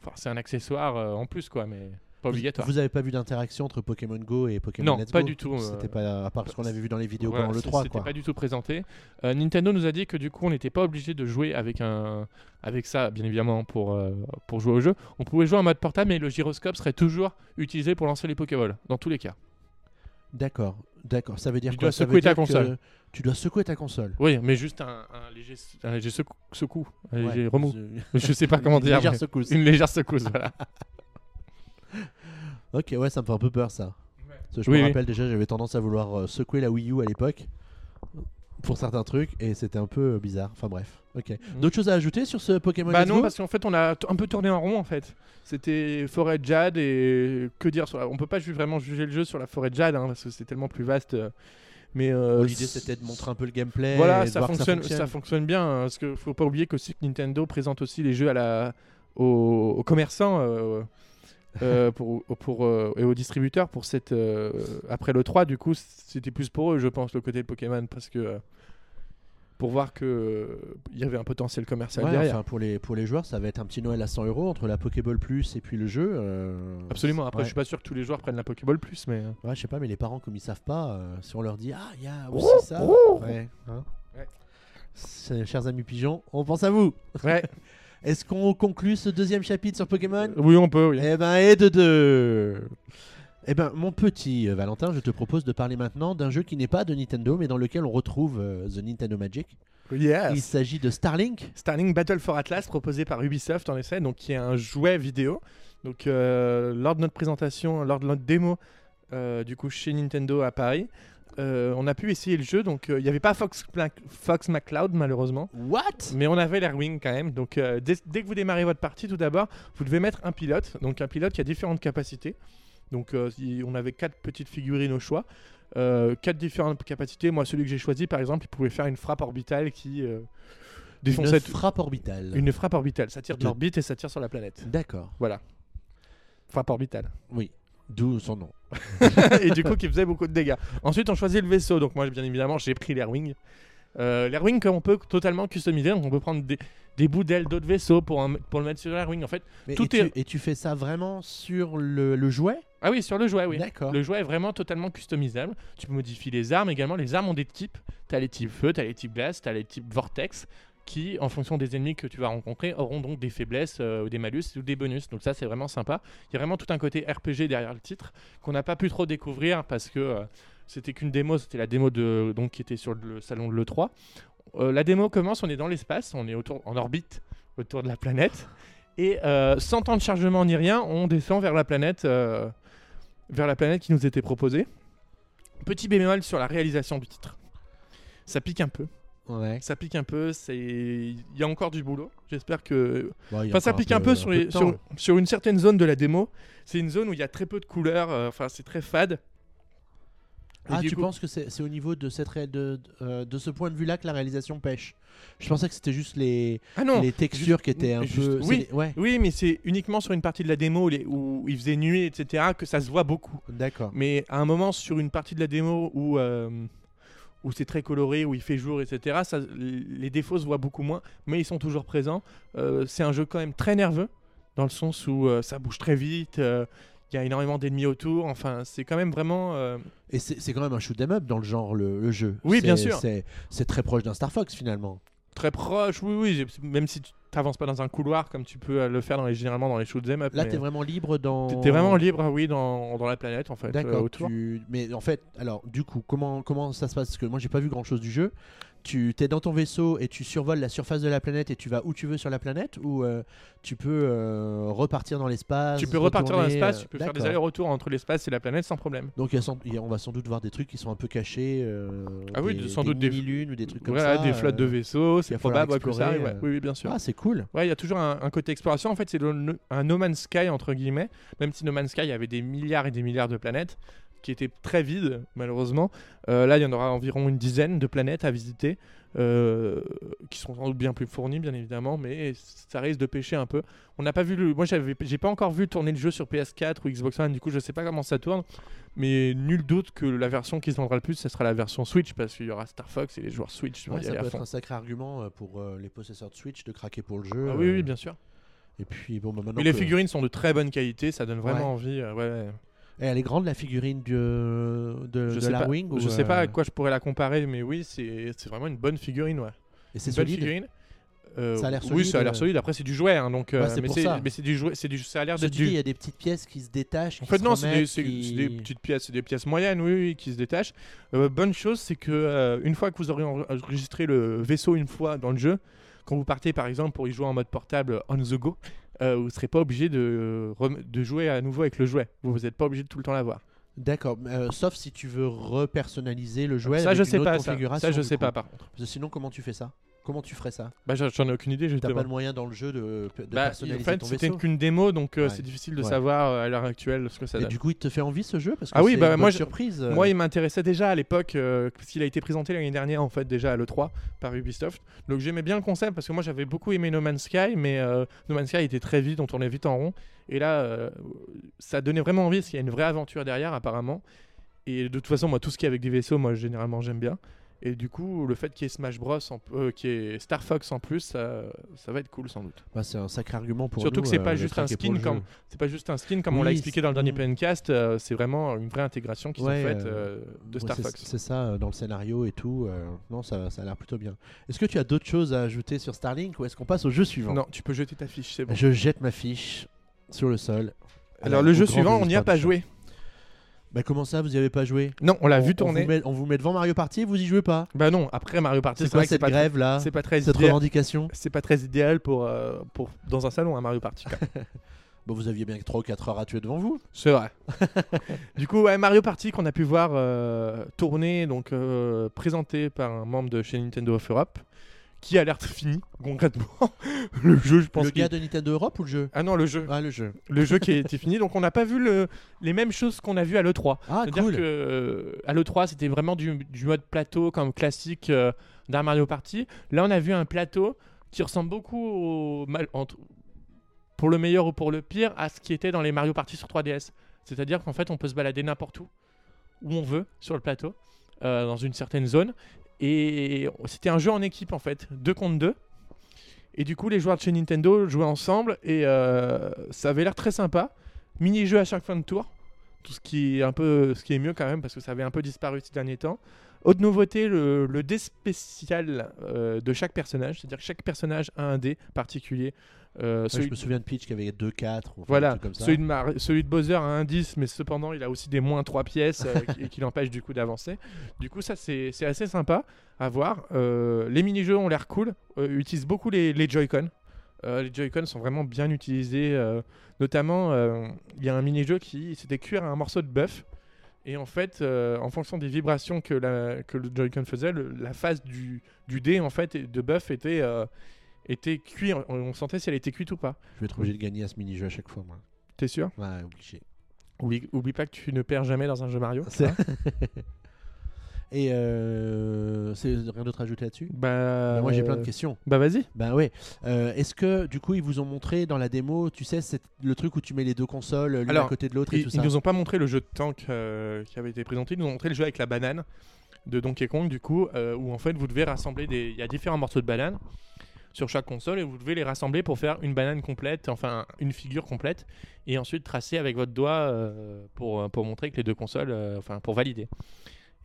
Speaker 2: Enfin, c'est un accessoire euh, en plus, quoi, mais pas obligatoire.
Speaker 1: Vous avez pas vu d'interaction entre Pokémon Go et Pokémon
Speaker 2: Non,
Speaker 1: Let's
Speaker 2: pas
Speaker 1: Go
Speaker 2: du tout, euh,
Speaker 1: C'était pas à part ce qu'on avait vu dans les vidéos
Speaker 2: Voilà,
Speaker 1: pendant le
Speaker 2: c'est-
Speaker 1: 3
Speaker 2: C'était
Speaker 1: quoi.
Speaker 2: pas du tout présenté. Euh, Nintendo nous a dit que du coup, on n'était pas obligé de jouer avec un, avec ça, bien évidemment, pour euh, pour jouer au jeu. On pouvait jouer en mode portable, mais le gyroscope serait toujours utilisé pour lancer les Pokéballs, dans tous les cas.
Speaker 1: D'accord, d'accord. Ça veut dire
Speaker 2: Tu
Speaker 1: quoi
Speaker 2: dois
Speaker 1: Ça veut
Speaker 2: secouer ta
Speaker 1: dire que
Speaker 2: console.
Speaker 1: Tu dois secouer ta console.
Speaker 2: Oui, mais juste un, un léger, un léger secou- secou, un léger
Speaker 1: Ouais,
Speaker 2: remous.
Speaker 1: je-
Speaker 2: Je sais Euh, pas comment
Speaker 1: Une
Speaker 2: dire.
Speaker 1: légère
Speaker 2: mais-
Speaker 1: secousse.
Speaker 2: Une légère secousse, voilà.
Speaker 1: Ok, ouais, ça me fait un peu peur ça. Parce que je
Speaker 2: Oui,
Speaker 1: me
Speaker 2: oui.
Speaker 1: rappelle déjà, j'avais tendance à vouloir euh, secouer la Wii U à l'époque pour certains trucs et c'était un peu euh, bizarre. Enfin bref, ok. D'autres choses à ajouter sur ce Pokémon
Speaker 2: Mm. Bah
Speaker 1: Let's
Speaker 2: non,
Speaker 1: Go
Speaker 2: parce qu'en fait, on a t- un peu tourné en rond en fait. C'était forêt de jade et que dire sur la... On peut pas ju- vraiment juger le jeu sur la forêt de jade hein, parce que c'est tellement plus vaste. euh, Mais euh,
Speaker 1: L'idée c'était de montrer un peu le gameplay. et
Speaker 2: Voilà,
Speaker 1: de
Speaker 2: ça
Speaker 1: voir que
Speaker 2: fonctionne, ça
Speaker 1: fonctionne.
Speaker 2: fonctionne, bien. hein, parce que faut pas oublier que aussi que Nintendo présente aussi les jeux à la, aux, aux commerçants euh, euh, pour, pour, euh, et aux distributeurs pour cette euh, après le 3. Du coup, c'était plus pour eux, je pense, le côté de Pokémon parce que euh, pour voir que euh, il y avait un potentiel commercial
Speaker 1: Ouais,
Speaker 2: derrière.
Speaker 1: enfin, pour les pour les joueurs, ça va être un petit Noël à 100 euros entre la Pokéball Plus et puis le jeu. euh,
Speaker 2: Absolument. Après,
Speaker 1: ouais.
Speaker 2: je suis pas sûr que tous les joueurs prennent la Pokéball plus, mais euh,
Speaker 1: Ouais, je sais pas, mais les parents, comme ils savent pas, euh, si on leur dit Ah, il y a
Speaker 2: Roux,
Speaker 1: aussi ça.
Speaker 2: roux.
Speaker 1: Ouais, hein.
Speaker 2: Ouais.
Speaker 1: C'est- Chers amis pigeons, on pense à vous.
Speaker 2: ouais.
Speaker 1: Est-ce qu'on conclut ce deuxième chapitre sur Pokémon
Speaker 2: oui, on peut. Euh, oui.
Speaker 1: Eh ben, et de deux Eh ben, mon petit euh, Valentin, je te propose de parler maintenant d'un jeu qui n'est pas de Nintendo, mais dans lequel on retrouve euh, The Nintendo Magic. Il
Speaker 2: Yes.
Speaker 1: s'agit de Starlink.
Speaker 2: Starling Battle for Atlas proposé par Ubisoft en effet, donc qui est un jouet vidéo. Donc euh, lors de notre présentation, lors de notre démo, euh, du coup chez Nintendo à Paris, euh, on a pu essayer le jeu. Donc euh, il n'y avait pas Fox, Pla- Fox McCloud malheureusement,
Speaker 1: What
Speaker 2: mais on avait l'Airwing quand même. Donc euh, dès, dès que vous démarrez votre partie, tout d'abord, vous devez mettre un pilote. Donc un pilote qui a différentes capacités. Donc euh, si- on avait quatre petites figurines au choix. euh, quatre différentes capacités. Moi, celui que j'ai choisi, par exemple, il pouvait faire une frappe orbitale qui euh,
Speaker 1: Une
Speaker 2: défonçait tout-
Speaker 1: frappe orbitale.
Speaker 2: une frappe orbitale, ça tire de
Speaker 1: De-
Speaker 2: l'orbite et ça tire sur la planète.
Speaker 1: D'accord,
Speaker 2: Voilà. Frappe orbitale.
Speaker 1: oui. D'où son nom.
Speaker 2: et du coup, qui faisait beaucoup de dégâts. Ensuite, on choisit le vaisseau. Donc, moi, bien évidemment, j'ai pris l'Airwing. Euh, L'Airwing, comme on peut totalement customiser, donc on peut prendre des, des bouts d'ailes d'autres vaisseaux pour, un- pour le mettre sur l'Airwing. En fait,
Speaker 1: Mais
Speaker 2: Tout
Speaker 1: et,
Speaker 2: est-
Speaker 1: tu, et tu fais ça vraiment sur le, le jouet
Speaker 2: ah oui, sur le jouet, oui.
Speaker 1: D'accord.
Speaker 2: Le jouet est vraiment totalement customisable. Tu peux modifier les armes également. Les armes ont des types. T'as les types feu, t'as les types glace, t'as les types vortex, qui, en fonction des ennemis que tu vas rencontrer, auront donc des faiblesses, euh, ou des malus ou des bonus. Donc ça, c'est vraiment sympa. Il y a vraiment tout un côté RPG derrière le titre qu'on n'a pas pu trop découvrir parce que euh, c'était qu'une démo. C'était la démo de donc qui était sur le salon de l'E3. Euh, la démo commence. On est dans l'espace. On est autour, en orbite autour de la planète. Et euh, sans temps de chargement ni rien, on descend vers la planète. euh, vers la planète qui nous était proposée. Petit bémol sur la réalisation du titre. Ça pique un peu.
Speaker 1: Ouais.
Speaker 2: Ça pique un peu. C'est il y a encore du boulot. J'espère que.
Speaker 1: Bon, il y a
Speaker 2: Enfin, ça
Speaker 1: encore
Speaker 2: pique un peu, sur, les-
Speaker 1: de
Speaker 2: sur,
Speaker 1: temps.
Speaker 2: sur une certaine zone de la démo. C'est une zone où il y a très peu de couleurs. euh, Enfin, c'est très fade. Et
Speaker 1: Ah,
Speaker 2: du
Speaker 1: tu
Speaker 2: coup-
Speaker 1: penses que c'est c'est au niveau de, cette ré- de, de, euh, de ce point de vue-là que la réalisation pêche Je pensais que c'était juste les,
Speaker 2: Ah non.
Speaker 1: les textures qui étaient un
Speaker 2: juste-
Speaker 1: peu. c'est
Speaker 2: oui.
Speaker 1: les- Ouais,
Speaker 2: Oui, mais c'est uniquement sur une partie de la démo où les- où il faisait nuit, etc., que ça se voit beaucoup.
Speaker 1: d'accord.
Speaker 2: Mais à un moment, sur une partie de la démo où, euh, où c'est très coloré, où il fait jour, etc., ça, les défauts se voient beaucoup moins, mais ils sont toujours présents. Euh, c'est un jeu quand même très nerveux, dans le sens où euh, ça bouge très vite, euh, il y a énormément d'ennemis autour, enfin, c'est quand même vraiment... euh,
Speaker 1: Et c'est c'est quand même un shoot 'em up dans le genre, le, le jeu.
Speaker 2: Oui,
Speaker 1: C'est-
Speaker 2: bien sûr.
Speaker 1: C'est c'est très proche d'un Star Fox finalement.
Speaker 2: Très proche, oui, oui, j'ai- même si tu t'avances pas dans un couloir comme tu peux euh, le faire dans les, généralement dans les shoot'em up.
Speaker 1: Là,
Speaker 2: mais
Speaker 1: t'es vraiment libre dans.
Speaker 2: t'es- t'es vraiment libre, oui, dans, dans la planète, en fait, euh,
Speaker 1: D'accord.
Speaker 2: autour.
Speaker 1: tu- Mais en fait, alors, du coup, comment, comment ça se passe Parce que moi, j'ai pas vu grand chose du jeu. Tu t'es dans ton vaisseau et tu survoles la surface de la planète et tu vas où tu veux sur la planète ou euh, tu peux euh, repartir dans l'espace
Speaker 2: Tu peux repartir dans
Speaker 1: retourner,
Speaker 2: l'espace,
Speaker 1: euh,
Speaker 2: tu peux faire des
Speaker 1: d'accord.
Speaker 2: allers-retours entre l'espace et la planète sans problème.
Speaker 1: Donc il y a sans- il y a- on va sans doute voir des trucs qui sont un peu cachés. euh,
Speaker 2: Ah oui,
Speaker 1: des,
Speaker 2: sans doute des-
Speaker 1: lunes ou des trucs comme
Speaker 2: Voilà,
Speaker 1: ça.
Speaker 2: des flottes de
Speaker 1: euh.
Speaker 2: vaisseaux,
Speaker 1: qu'il
Speaker 2: c'est
Speaker 1: va falloir
Speaker 2: probable ouais, que ça
Speaker 1: explorer,
Speaker 2: arrive, ouais.
Speaker 1: euh.
Speaker 2: Oui, oui, bien sûr.
Speaker 1: Ah, c'est cool.
Speaker 2: Ouais, il y a toujours un, un côté exploration. En fait, c'est le- un No Man's Sky, entre guillemets, même si No Man's Sky avait des milliards et des milliards de planètes. qui était très vide, malheureusement. Euh, là, il y en aura environ une dizaine de planètes à visiter, euh, qui seront sans doute bien plus fournies, bien évidemment, mais ça risque de pêcher un peu. On n'a pas vu le... Moi, j'avais- j'ai pas encore vu tourner le jeu sur PS4 ou Xbox One, du coup, je sais pas comment ça tourne, mais nul doute que la version qui se vendra le plus, ce sera la version Switch, parce qu'il y aura Star Fox et les joueurs Switch vont
Speaker 1: Ouais,
Speaker 2: y
Speaker 1: ça
Speaker 2: aller
Speaker 1: peut
Speaker 2: à
Speaker 1: être
Speaker 2: fond.
Speaker 1: un sacré argument euh, pour euh, les possesseurs de Switch de craquer pour le jeu.
Speaker 2: Ah oui,
Speaker 1: euh,
Speaker 2: oui, bien sûr.
Speaker 1: Et puis bon, bah, maintenant.
Speaker 2: Mais les
Speaker 1: que-
Speaker 2: figurines sont de très bonne qualité, ça donne vraiment
Speaker 1: Ouais.
Speaker 2: envie. euh, ouais.
Speaker 1: Eh, elle est grande la figurine du- de,
Speaker 2: je
Speaker 1: de
Speaker 2: sais
Speaker 1: la
Speaker 2: pas,
Speaker 1: Wing. ou,
Speaker 2: je sais pas
Speaker 1: euh,
Speaker 2: à quoi je pourrais la comparer, mais oui, c'est c'est vraiment une bonne figurine, ouais.
Speaker 1: Et c'est
Speaker 2: Une bonne
Speaker 1: solide.
Speaker 2: figurine. Euh,
Speaker 1: Ça a l'air
Speaker 2: Oui,
Speaker 1: solide,
Speaker 2: ça a l'air
Speaker 1: euh.
Speaker 2: solide. Après, c'est du jouet, hein, donc. euh,
Speaker 1: c'est
Speaker 2: mais
Speaker 1: pour
Speaker 2: c'est
Speaker 1: ça.
Speaker 2: mais c'est du jouet, c'est du. Ça a l'air
Speaker 1: Parce que
Speaker 2: d'être
Speaker 1: tu dis, il
Speaker 2: du.
Speaker 1: y a des petites pièces qui se détachent.
Speaker 2: En
Speaker 1: qui
Speaker 2: fait,
Speaker 1: se
Speaker 2: non, c'est des,
Speaker 1: remettent,
Speaker 2: c'est-
Speaker 1: qui-
Speaker 2: c'est des petites pièces, c'est des pièces moyennes, oui, oui, qui se détachent. Euh, bonne chose, c'est que euh, une fois que vous aurez en- enregistré le vaisseau une fois dans le jeu, quand vous partez par exemple pour y jouer en mode portable on the go, euh, vous ne serez pas obligé de, euh, rem- de jouer à nouveau avec le jouet. Vous n'êtes pas obligé de tout le temps l'avoir.
Speaker 1: D'accord, mais, euh, sauf si tu veux repersonnaliser le jouet.
Speaker 2: ça,
Speaker 1: avec
Speaker 2: je
Speaker 1: une
Speaker 2: sais
Speaker 1: autre
Speaker 2: pas. Ça,
Speaker 1: configuration,
Speaker 2: ça je
Speaker 1: du
Speaker 2: sais
Speaker 1: coup.
Speaker 2: pas, par contre.
Speaker 1: Parce que sinon, comment tu fais ça Comment tu ferais ça
Speaker 2: Bah, j'en j'en ai aucune idée,
Speaker 1: T'as
Speaker 2: justement.
Speaker 1: pas le moyen dans le jeu de, de
Speaker 2: Bah, en
Speaker 1: personnaliser
Speaker 2: fait,
Speaker 1: ton
Speaker 2: c'était
Speaker 1: vaisseau.
Speaker 2: qu'une démo, donc euh,
Speaker 1: Ouais.
Speaker 2: c'est difficile de
Speaker 1: Ouais.
Speaker 2: savoir euh, à l'heure actuelle ce que ça
Speaker 1: Et
Speaker 2: donne.
Speaker 1: du coup, il te fait envie ce jeu parce que
Speaker 2: Ah oui,
Speaker 1: c'est
Speaker 2: bah,
Speaker 1: une
Speaker 2: moi,
Speaker 1: bonne
Speaker 2: je-
Speaker 1: surprise. euh.
Speaker 2: Moi, il m'intéressait déjà à l'époque, euh, parce qu'il a été présenté l'année dernière, en fait, déjà à l'E3 par Ubisoft. Donc j'aimais bien le concept, parce que moi j'avais beaucoup aimé No Man's Sky, mais euh, No Man's Sky était très vite, on tournait vite en rond. Et là, euh, ça donnait vraiment envie, parce qu'il y a une vraie aventure derrière, apparemment. Et de toute façon, moi, tout ce qui est avec des vaisseaux, moi, généralement, j'aime bien. Et du coup, le fait qu'il y ait Smash Bros, en, euh, qu'il y ait Star Fox en plus, ça, ça va être cool sans doute.
Speaker 1: Bah, c'est un sacré argument pour
Speaker 2: Surtout
Speaker 1: nous,
Speaker 2: que c'est
Speaker 1: euh,
Speaker 2: pas
Speaker 1: de
Speaker 2: juste un
Speaker 1: craquer pour le
Speaker 2: skin
Speaker 1: jeu.
Speaker 2: comme- C'est pas juste un skin comme on
Speaker 1: Oui,
Speaker 2: l'a expliqué
Speaker 1: c'est-
Speaker 2: dans le dernier
Speaker 1: mm.
Speaker 2: PNcast, euh, c'est vraiment une vraie intégration qui
Speaker 1: Ouais,
Speaker 2: sont faites
Speaker 1: euh,
Speaker 2: euh, de
Speaker 1: Ouais,
Speaker 2: Star
Speaker 1: c'est-
Speaker 2: Fox.
Speaker 1: C'est ça, euh, dans le scénario et tout. euh, non, ça, ça a l'air plutôt bien. Est-ce que tu as d'autres choses à ajouter sur Starlink ou est-ce qu'on passe au jeu suivant
Speaker 2: Non, tu peux jeter ta fiche, c'est bon.
Speaker 1: Je jette ma fiche sur le sol. À
Speaker 2: Alors
Speaker 1: la-
Speaker 2: le
Speaker 1: au
Speaker 2: jeu
Speaker 1: grand
Speaker 2: suivant, on
Speaker 1: désespoir
Speaker 2: n'y a
Speaker 1: du
Speaker 2: pas
Speaker 1: chat.
Speaker 2: joué.
Speaker 1: Bah comment ça, vous y avez pas joué
Speaker 2: Non, on l'a
Speaker 1: On-
Speaker 2: vu
Speaker 1: on
Speaker 2: tourner.
Speaker 1: vous, met, on vous met devant Mario Party et vous y jouez pas.
Speaker 2: Bah non, après Mario Party,
Speaker 1: C'est
Speaker 2: c'est vrai
Speaker 1: quoi
Speaker 2: que c'est
Speaker 1: cette
Speaker 2: pas, très-
Speaker 1: grève hein là
Speaker 2: c'est pas très
Speaker 1: Cette
Speaker 2: idéal.
Speaker 1: revendication
Speaker 2: C'est pas très idéal pour, euh, pour dans un salon, un Mario Party. quoi.
Speaker 1: Bon, vous aviez bien 3 ou 4 heures à tuer devant vous.
Speaker 2: c'est vrai. du coup, ouais, Mario Party qu'on a pu voir euh, tourner, donc euh, présenté par un membre de chez Nintendo of Europe, qui a l'air fini concrètement. le jeu, je pense.
Speaker 1: Le gars
Speaker 2: qu'il-
Speaker 1: de Nintendo Europe ou le jeu
Speaker 2: Ah non, le jeu,
Speaker 1: Ah, le jeu.
Speaker 2: le jeu qui a été fini. Donc on n'a pas vu le- les mêmes choses qu'on a vu à le 3.
Speaker 1: Ah,
Speaker 2: C'est-à-dire
Speaker 1: cool.
Speaker 2: que euh, à l'E3, c'était vraiment du, du mode plateau comme classique euh, d'un Mario Party. Là, on a vu un plateau qui ressemble beaucoup au. mal- entre- pour le meilleur ou pour le pire, à ce qui était dans les Mario Party sur 3DS. C'est-à-dire qu'en fait, on peut se balader n'importe où, où on veut, sur le plateau, euh, dans une certaine zone. Et c'était un jeu en équipe, en fait, 2 contre 2. Et du coup, les joueurs de chez Nintendo jouaient ensemble et euh, ça avait l'air très sympa. Mini-jeu à chaque fin de tour tout ce qui est un peu ce qui est mieux quand même parce que ça avait un peu disparu ces derniers temps. Autre nouveauté, le, le dé spécial euh, de chaque personnage, c'est-à-dire que chaque personnage a un dé particulier. Euh,
Speaker 1: Ouais,
Speaker 2: celui,
Speaker 1: Je me souviens de Peach qui avait 2, 4.
Speaker 2: voilà,
Speaker 1: Comme ça.
Speaker 2: celui de, Mar- celui de Bowser a un 10, mais cependant il a aussi des moins 3 pièces euh, qui- et qui l'empêche du coup d'avancer. Du coup, ça c'est c'est assez sympa à voir. Euh, les mini-jeux ont l'air cool, euh, utilisent beaucoup les, les Joy-Con. Euh, les Joy-Con sont vraiment bien utilisés. euh, notamment, euh, il y a un mini-jeu qui c'était cuire un morceau de bœuf. Et en fait, euh, en fonction des vibrations que, la- que le Joy-Con faisait, le- la face du, du dé en fait et de bœuf était, euh, était cuit. On, on sentait si elle était cuite ou pas.
Speaker 1: Je vais être obligé de gagner à ce mini-jeu à chaque fois, moi.
Speaker 2: T'es sûr
Speaker 1: Ouais, obligé.
Speaker 2: Oublie, oublie pas que tu ne perds jamais dans un jeu Mario.
Speaker 1: C'est-
Speaker 2: hein.
Speaker 1: Et euh, c'est rien d'autre à ajouter là-dessus
Speaker 2: bah,
Speaker 1: Bah, Moi, j'ai plein de
Speaker 2: euh,
Speaker 1: questions.
Speaker 2: Bah vas-y.
Speaker 1: Bah ouais. Euh, Est-ce que du coup ils vous ont montré dans la démo, tu sais, c'est le truc où tu mets les deux consoles l'une
Speaker 2: Alors,
Speaker 1: à côté de l'autre et
Speaker 2: Ils,
Speaker 1: tout
Speaker 2: ils
Speaker 1: ça
Speaker 2: nous ont pas montré le jeu de tank euh, qui avait été présenté. Ils nous ont montré le jeu avec la banane de Donkey Kong, du coup, euh, où en fait vous devez rassembler des. Il y a différents morceaux de banane sur chaque console et vous devez les rassembler pour faire une banane complète, enfin une figure complète, et ensuite tracer avec votre doigt euh, pour, pour montrer que les deux consoles, euh, enfin pour valider.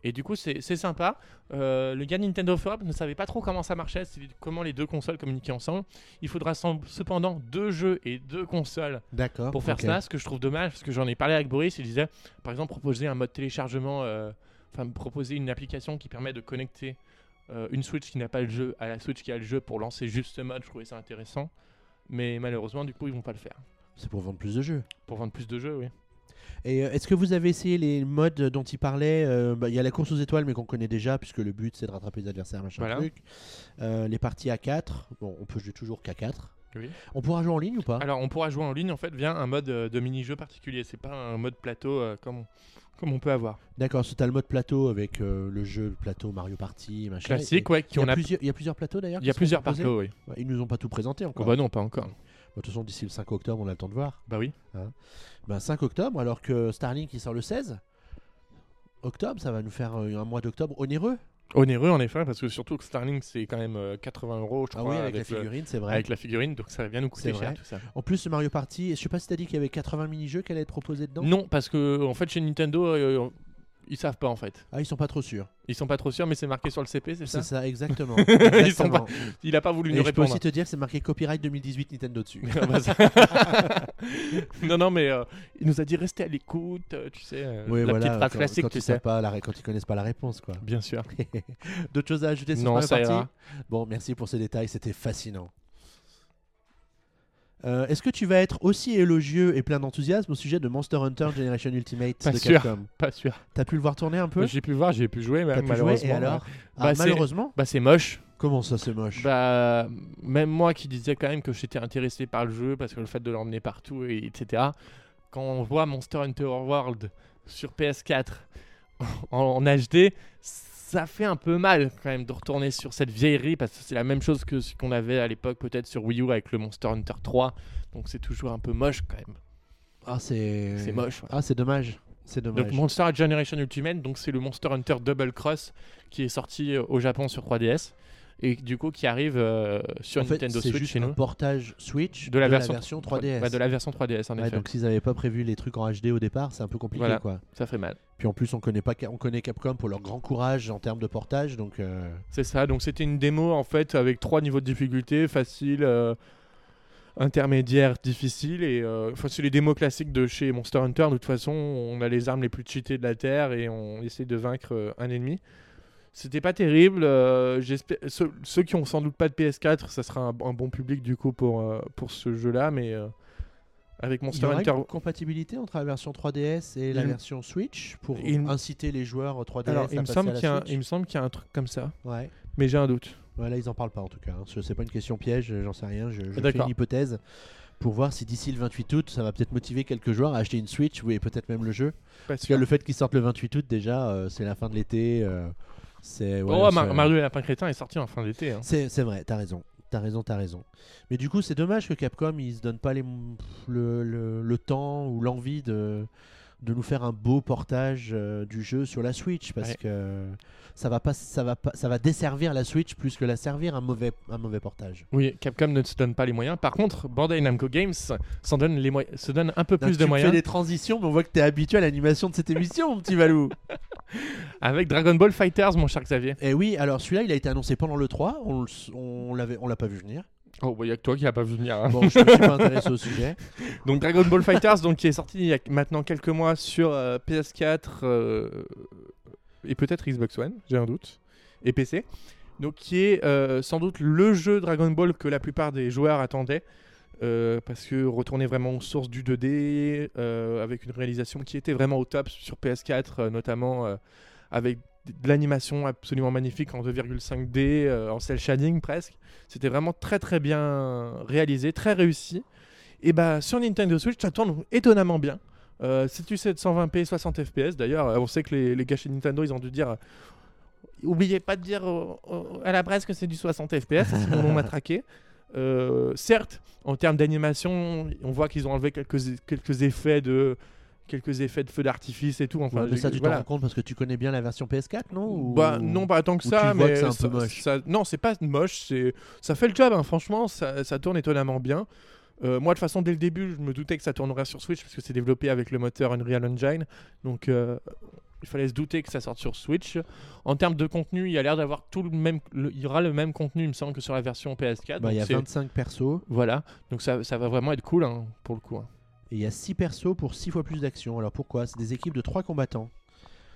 Speaker 2: Et du coup, c'est c'est sympa. Euh, le gars de Nintendo of Europe ne savait pas trop comment ça marchait, c'est- comment les deux consoles communiquaient ensemble. Il faudra sem- cependant deux jeux et deux consoles
Speaker 1: D'accord.
Speaker 2: pour faire
Speaker 1: ok.
Speaker 2: ça, ce que je trouve dommage, parce que j'en ai parlé avec Boris, il disait, par exemple, proposer un mode téléchargement, euh, enfin proposer une application qui permet de connecter euh, une Switch qui n'a pas le jeu à la Switch qui a le jeu pour lancer juste ce mode, je trouvais ça intéressant. Mais malheureusement, du coup, ils vont pas le faire.
Speaker 1: C'est pour vendre plus de jeux.
Speaker 2: Pour vendre plus de jeux, oui.
Speaker 1: Et euh, est-ce que vous avez essayé les modes dont il parlait Euh, bah, Il y a la course aux étoiles, mais qu'on connaît déjà, puisque le but c'est de rattraper les adversaires, machin
Speaker 2: Voilà.
Speaker 1: truc. Euh, les parties à 4, bon, on peut jouer toujours qu'à 4.
Speaker 2: Oui.
Speaker 1: On pourra jouer en ligne ou pas
Speaker 2: Alors, on pourra jouer en ligne en fait via un mode euh, de mini-jeu particulier. C'est pas un mode plateau euh, comme, on, comme on peut avoir.
Speaker 1: D'accord, c'est t'as le mode plateau avec euh, le jeu plateau Mario Party, machin.
Speaker 2: Classique,
Speaker 1: Et-
Speaker 2: ouais.
Speaker 1: Il y,
Speaker 2: Qui
Speaker 1: a
Speaker 2: on a...
Speaker 1: plusieurs, il y a plusieurs plateaux d'ailleurs
Speaker 2: Il y a
Speaker 1: qui sont
Speaker 2: plusieurs
Speaker 1: proposés Ah.
Speaker 2: parcours, oui.
Speaker 1: Ouais, Ils nous ont pas tout présenté encore.
Speaker 2: Oh, bah non, pas encore.
Speaker 1: De toute façon, d'ici le 5 octobre, on a le temps de voir.
Speaker 2: Bah oui.
Speaker 1: Ben, 5 octobre, alors que Starlink il sort le 16 octobre, ça va nous faire euh, un mois d'octobre onéreux.
Speaker 2: Onéreux en effet, parce que surtout que Starlink c'est quand même euh, 80 euros, je
Speaker 1: Ah
Speaker 2: crois,
Speaker 1: oui, avec, la
Speaker 2: le-
Speaker 1: figurine, c'est vrai.
Speaker 2: avec la figurine, donc ça va bien nous coûter
Speaker 1: C'est
Speaker 2: cher
Speaker 1: vrai.
Speaker 2: tout ça.
Speaker 1: En plus, Mario Party, je sais pas si t'as dit qu'il y avait 80 mini-jeux qui allaient être proposés dedans.
Speaker 2: Non, parce que en fait chez Nintendo, euh, ils savent pas en fait.
Speaker 1: Ah, ils sont pas trop sûrs.
Speaker 2: Ils sont pas trop sûrs, mais c'est marqué sur le CP, c'est ça
Speaker 1: C'est ça, exactement.
Speaker 2: Ils sont pas-
Speaker 1: Exactement.
Speaker 2: Il a pas voulu
Speaker 1: Et
Speaker 2: nous
Speaker 1: je peux
Speaker 2: répondre.
Speaker 1: aussi te dire que c'est marqué copyright 2018 Nintendo dessus.
Speaker 2: Ah bah ça- non, non, mais euh, il nous a dit restez à l'écoute, euh, tu sais, euh,
Speaker 1: Oui,
Speaker 2: la
Speaker 1: voilà,
Speaker 2: petite phrase
Speaker 1: quand-
Speaker 2: classique,
Speaker 1: quand
Speaker 2: tu
Speaker 1: ils
Speaker 2: sais.
Speaker 1: savent pas la ré- quand ils connaissent pas la réponse, quoi.
Speaker 2: Bien sûr.
Speaker 1: D'autres choses à ajouter sur
Speaker 2: Non,
Speaker 1: Mario
Speaker 2: ça
Speaker 1: Party
Speaker 2: ira.
Speaker 1: Bon, merci pour ces détails, c'était fascinant. Euh, Est-ce que tu vas être aussi élogieux et plein d'enthousiasme au sujet de Monster Hunter Generation Ultimate
Speaker 2: Pas
Speaker 1: de
Speaker 2: sûr.
Speaker 1: Capcom
Speaker 2: Pas sûr.
Speaker 1: T'as pu le voir tourner un peu
Speaker 2: J'ai pu voir, j'ai pu jouer, mais
Speaker 1: T'as pu
Speaker 2: malheureusement.
Speaker 1: jouer et alors Ah,
Speaker 2: Bah, c'est-
Speaker 1: Malheureusement
Speaker 2: Bah, c'est moche.
Speaker 1: Comment ça c'est moche
Speaker 2: Bah, même moi qui disais quand même que j'étais intéressé par le jeu, parce que le fait de l'emmener partout, et, etc. Quand on voit Monster Hunter World sur PS4 en, en HD, ça fait un peu mal quand même de retourner sur cette vieillerie, parce que c'est la même chose que ce qu'on avait à l'époque peut-être sur Wii U avec le Monster Hunter 3. Donc c'est toujours un peu moche quand même.
Speaker 1: Ah, c'est.
Speaker 2: C'est moche. ouais.
Speaker 1: Ah, c'est dommage. C'est dommage.
Speaker 2: Donc Monster Hunter Generation Ultimate, donc c'est le Monster Hunter Double Cross qui est sorti euh, au Japon sur 3DS et du coup qui arrive euh, sur
Speaker 1: en fait,
Speaker 2: Nintendo
Speaker 1: c'est
Speaker 2: Switch
Speaker 1: juste
Speaker 2: chez
Speaker 1: un
Speaker 2: nous.
Speaker 1: portage Switch
Speaker 2: De la version-
Speaker 1: 3DS.
Speaker 2: Ouais, de la version 3DS en
Speaker 1: Ouais,
Speaker 2: effet.
Speaker 1: donc s'ils n'avaient pas prévu les trucs en HD au départ, c'est un peu compliqué
Speaker 2: Voilà.
Speaker 1: quoi.
Speaker 2: Ça fait mal.
Speaker 1: Puis en plus, on connaît pas, Ca- on connaît Capcom pour leur grand courage en termes de portage, donc. euh,
Speaker 2: C'est ça. Donc c'était une démo en fait avec trois niveaux de difficulté facile. euh, intermédiaire difficile et euh, enfin c'est les démos classiques de chez Monster Hunter de toute façon on a les armes les plus cheatées de la terre et on essaie de vaincre euh, un ennemi c'était pas terrible euh, j'espère ceux, ceux qui ont sans doute pas de PS4 ça sera un, un bon public du coup pour euh, pour ce jeu là mais euh, avec
Speaker 1: Il
Speaker 2: Monster
Speaker 1: y aura
Speaker 2: Hunter
Speaker 1: une compatibilité entre la version 3DS et la
Speaker 2: Il-
Speaker 1: version Switch pour
Speaker 2: Il-
Speaker 1: inciter les joueurs 3DS
Speaker 2: alors
Speaker 1: à
Speaker 2: il me
Speaker 1: passer
Speaker 2: semble
Speaker 1: à la
Speaker 2: qu'il y a un-
Speaker 1: Switch
Speaker 2: il me semble qu'il y a un truc comme ça
Speaker 1: Ouais.
Speaker 2: mais j'ai un doute
Speaker 1: Ouais, là, ils en parlent pas en tout cas. hein. Ce- C'est pas une question piège, euh, j'en sais rien. Je, je fais
Speaker 2: D'accord.
Speaker 1: une hypothèse pour voir si d'ici le 28 août, ça va peut-être motiver quelques joueurs à acheter une Switch, oui, et peut-être même le jeu.
Speaker 2: Parce
Speaker 1: Parce que le fait qu'ils sortent le 28 août, déjà, euh, c'est la fin de l'été. euh, c'est
Speaker 2: oh
Speaker 1: voilà,
Speaker 2: Mar-
Speaker 1: c'est-
Speaker 2: Mario et Lapin Crétin est sorti en fin d'été hein.
Speaker 1: C'est c'est vrai, t'as raison. T'as raison, t'as raison. Mais du coup, c'est dommage que Capcom, ils se donnent pas les, le, le- le temps ou l'envie de, de nous faire un beau portage euh, du jeu sur la Switch parce
Speaker 2: Ouais.
Speaker 1: que ça va pas, ça va pas, ça va desservir la Switch plus que la servir un mauvais, un mauvais portage.
Speaker 2: Oui, Capcom ne se donne pas les moyens. Par contre, Bandai Namco Games s'en donne les moyens, se donne un peu plus de
Speaker 1: tu fais
Speaker 2: moyens
Speaker 1: des transitions, mais on voit que t'es habitué à l'animation de cette émission, mon petit Valou.
Speaker 2: avec Dragon Ball Fighters, mon cher Xavier.
Speaker 1: Et Eh oui, alors celui-là, il a été annoncé pendant le 3. On, le s- on l'avait, on l'a pas vu venir.
Speaker 2: Oh, bah y a que toi qui a pas vu venir.
Speaker 1: Bon, je me suis pas intéressé au sujet.
Speaker 2: Donc Dragon Ball Fighters, donc qui est sorti il y a maintenant quelques mois sur euh, PS4 euh, et peut-être Xbox One, j'ai un doute, et PC. Donc qui est euh, sans doute le jeu Dragon Ball que la plupart des joueurs attendaient. euh, parce que retourner vraiment aux sources du 2D euh, avec une réalisation qui était vraiment au top sur PS4 euh, notamment euh, avec de l'animation absolument magnifique en 2,5D euh, en cel shading presque c'était vraiment très très bien réalisé très réussi et bah sur Nintendo Switch, ça tourne étonnamment bien. Euh, c'est du 720p 60 fps d'ailleurs euh, on sait que les, les gars chez Nintendo ils ont dû dire euh, oubliez pas de dire euh, euh, à la presse que c'est du 60 fps sinon on m'a traqué Euh, certes en termes d'animation on voit qu'ils ont enlevé quelques, quelques effets de quelques effets de feux d'artifice et tout enfin
Speaker 1: Ouais, mais ça, tu t'en
Speaker 2: voilà.
Speaker 1: rends compte parce que tu connais bien la version PS4, non Ou-
Speaker 2: Bah non, pas tant que
Speaker 1: ou
Speaker 2: ça,
Speaker 1: tu vois
Speaker 2: mais
Speaker 1: que c'est un
Speaker 2: ça-
Speaker 1: peu moche.
Speaker 2: ça- non, c'est pas moche, c'est ça fait le job. hein, Franchement, ça, ça tourne étonnamment bien. Euh, moi, de toute façon, dès le début, je me doutais que ça tournerait sur Switch parce que c'est développé avec le moteur Unreal Engine, donc euh, il fallait se douter que ça sorte sur Switch. En termes de contenu, il y a l'air d'avoir tout le même, le- il y aura le même contenu, il me semble, que sur la version PS4.
Speaker 1: Bah, il y
Speaker 2: Ah, donc
Speaker 1: a
Speaker 2: c'est-
Speaker 1: 25 persos.
Speaker 2: Voilà, donc ça, ça va vraiment être cool hein, pour le coup. hein.
Speaker 1: Et il y a 6 persos pour 6 fois plus d'actions. Alors pourquoi C'est des équipes de 3 combattants.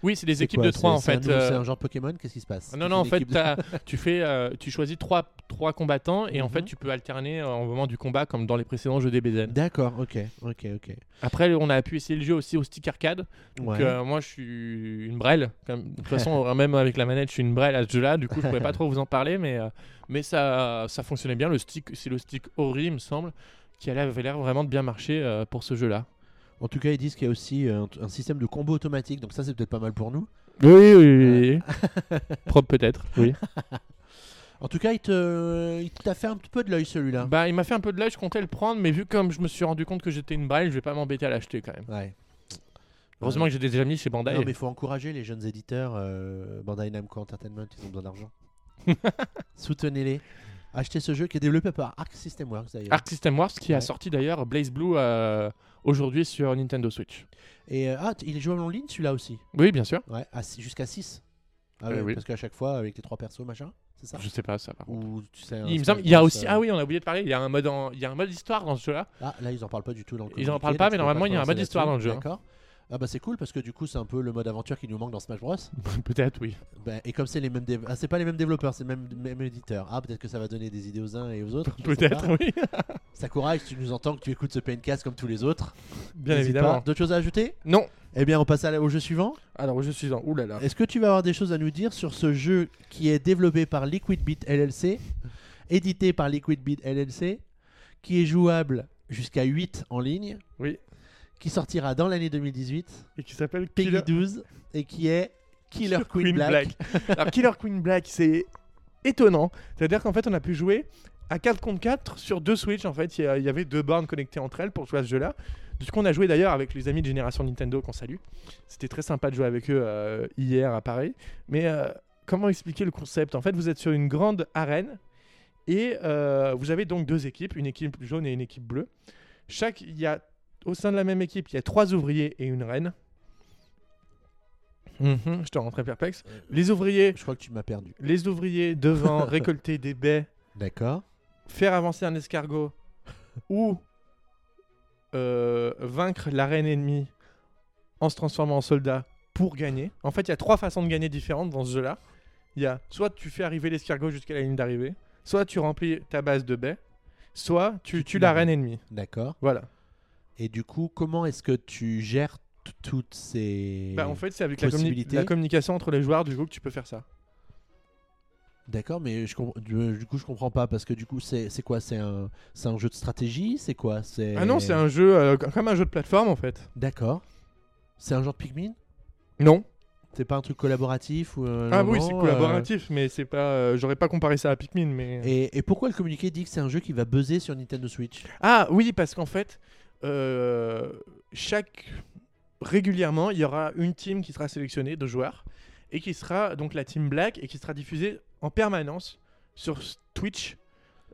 Speaker 2: Oui, c'est des
Speaker 1: C'est
Speaker 2: équipes
Speaker 1: quoi
Speaker 2: de
Speaker 1: C'est-
Speaker 2: 3 en
Speaker 1: c'est un
Speaker 2: fait.
Speaker 1: nouveau-
Speaker 2: euh, Ah,
Speaker 1: C'est un genre Pokémon Qu'est-ce qui se passe
Speaker 2: Non,
Speaker 1: Tu
Speaker 2: non, en
Speaker 1: fais
Speaker 2: fait,
Speaker 1: l'équipe de-
Speaker 2: t'as- tu, fais, euh, tu choisis trois, trois combattants et en fait,
Speaker 1: Mhm.
Speaker 2: tu peux alterner euh, au moment du combat comme dans les précédents jeux DBZ.
Speaker 1: D'accord, ok, ok, ok.
Speaker 2: Après, on a pu essayer le jeu aussi au stick arcade. Donc,
Speaker 1: Ouais.
Speaker 2: euh, moi, je suis une brêle. comme- De toute façon, même avec la manette, je suis une brêle à ce jeu-là. Du coup, je pouvais pas trop vous en parler, mais, euh, mais ça, ça fonctionnait bien. Le stick, c'est le stick Ori, il me semble, qui avait l'air vraiment de bien marcher euh, pour ce jeu-là.
Speaker 1: En tout cas, ils disent qu'il y a aussi euh, un, un système de combo automatique, donc ça c'est peut-être pas mal pour nous.
Speaker 2: Oui, oui, oui. Propre peut-être, oui.
Speaker 1: En tout cas, il te- il t'a fait un petit peu de l'œil celui-là.
Speaker 2: Bah, il m'a fait un peu de l'œil, je comptais le prendre, mais vu comme je me suis rendu compte que j'étais une brêle, je vais pas m'embêter à l'acheter quand même.
Speaker 1: Ouais.
Speaker 2: Bah, Heureusement que j'ai des amis chez Bandai.
Speaker 1: Non, mais il faut encourager les jeunes éditeurs. euh, Bandai Namco Entertainment, ils ont besoin d'argent. Soutenez-les. Achetez ce jeu qui est développé par Arc System Works d'ailleurs.
Speaker 2: Arc System Wars qui a
Speaker 1: Ouais.
Speaker 2: sorti d'ailleurs Blaze Blue euh, aujourd'hui sur Nintendo Switch.
Speaker 1: Et euh, ah, t- il est jouable en ligne celui-là aussi.
Speaker 2: Oui, bien sûr.
Speaker 1: Ouais, à six- jusqu'à 6. Ah
Speaker 2: Euh,
Speaker 1: ouais,
Speaker 2: oui.
Speaker 1: Parce qu'à chaque fois, avec les trois persos, machin, c'est ça
Speaker 2: Je sais pas ça. par contre.
Speaker 1: Ou tu sais, un
Speaker 2: Il me semble,
Speaker 1: Smash
Speaker 2: il y a
Speaker 1: Bros,
Speaker 2: aussi.
Speaker 1: euh,
Speaker 2: Ah oui, on a oublié de parler. Il y a un mode, en- il y a un mode histoire dans ce jeu-là.
Speaker 1: Ah, là, ils en parlent pas du tout dans le
Speaker 2: Ils en
Speaker 1: communiqué,
Speaker 2: parlent pas,
Speaker 1: donc je
Speaker 2: mais
Speaker 1: peux
Speaker 2: normalement, il y a un
Speaker 1: commencer
Speaker 2: mode histoire
Speaker 1: là-dessus.
Speaker 2: dans le jeu, hein.
Speaker 1: D'accord. Ah bah c'est cool parce que du coup, c'est un peu le mode aventure qui nous manque dans Smash Bros.
Speaker 2: Peut-être, oui.
Speaker 1: Bah, et comme c'est les mêmes dév- ah, c'est pas les mêmes développeurs, c'est le même, même éditeur. Ah, peut-être que ça va donner des idées aux uns et aux autres. je sais
Speaker 2: Peut-être,
Speaker 1: pas.
Speaker 2: oui.
Speaker 1: Sakura, si tu nous entends que tu écoutes ce PNCast comme tous les autres,
Speaker 2: Bien
Speaker 1: n'hésite
Speaker 2: évidemment.
Speaker 1: pas. D'autres choses à ajouter
Speaker 2: Non.
Speaker 1: Eh bien, on passe à la- au jeu suivant.
Speaker 2: Alors, je suis en. Ouh là là.
Speaker 1: Est-ce que tu vas avoir des choses à nous dire sur ce jeu qui est développé par Liquidbit LLC, édité par Liquidbit LLC, qui est jouable jusqu'à 8 en ligne,
Speaker 2: Oui.
Speaker 1: qui sortira dans l'année 2018,
Speaker 2: Et qui s'appelle
Speaker 1: Peggy 12, et qui est Killer Queen, Black.
Speaker 2: Alors, Killer Queen Black, c'est étonnant. C'est-à-dire qu'en fait, on a pu jouer à 4 contre 4 sur deux Switch. En fait, il y a- il y, avait deux bornes connectées entre elles pour jouer à ce jeu-là. Du coup, on a joué d'ailleurs avec les amis de Génération Nintendo qu'on salue. C'était très sympa de jouer avec eux euh, hier à Paris. Mais euh, comment expliquer le concept En fait, vous êtes sur une grande arène et euh, vous avez donc deux équipes, une équipe jaune et une équipe bleue. Chaque, il y a au sein de la même équipe, il y a trois ouvriers et une reine. Mhm, je te rends très perplexe. Les ouvriers,
Speaker 1: Je crois que tu m'as perdu.
Speaker 2: les ouvriers devant récolter des baies,
Speaker 1: D'accord.
Speaker 2: faire avancer un escargot ou euh, vaincre la reine ennemie en se transformant en soldat pour gagner. En fait, il y a trois façons de gagner différentes dans ce jeu-là. Il y a soit tu fais arriver l'escargot jusqu'à la ligne d'arrivée, soit tu remplis ta base de baies, soit tu tues la reine ennemie.
Speaker 1: D'accord.
Speaker 2: Voilà.
Speaker 1: Et du coup, comment est-ce que tu gères t- toutes ces.
Speaker 2: Bah, en fait, c'est avec la, communi-
Speaker 1: possibilité.
Speaker 2: la communication entre les joueurs du coup que tu peux faire ça.
Speaker 1: D'accord, mais je comp- du du coup, je comprends pas parce que du coup, c'est c'est quoi C'est un... c'est un jeu de stratégie C'est quoi C'est
Speaker 2: Ah non, c'est un jeu euh, comme un jeu de plateforme en fait.
Speaker 1: D'accord. C'est un genre de Pikmin
Speaker 2: Non.
Speaker 1: C'est pas un truc collaboratif ou euh,
Speaker 2: Ah
Speaker 1: non,
Speaker 2: oui, c'est
Speaker 1: euh,
Speaker 2: collaboratif, mais c'est pas. euh, J'aurais pas comparé ça à Pikmin, mais.
Speaker 1: Et, et pourquoi le communiqué dit que c'est un jeu qui va buzzer sur Nintendo Switch
Speaker 2: Ah oui, parce qu'en fait, euh, chaque régulièrement, il y aura une team qui sera sélectionnée de joueurs et qui sera donc la team Black et qui sera diffusée en permanence sur s- Twitch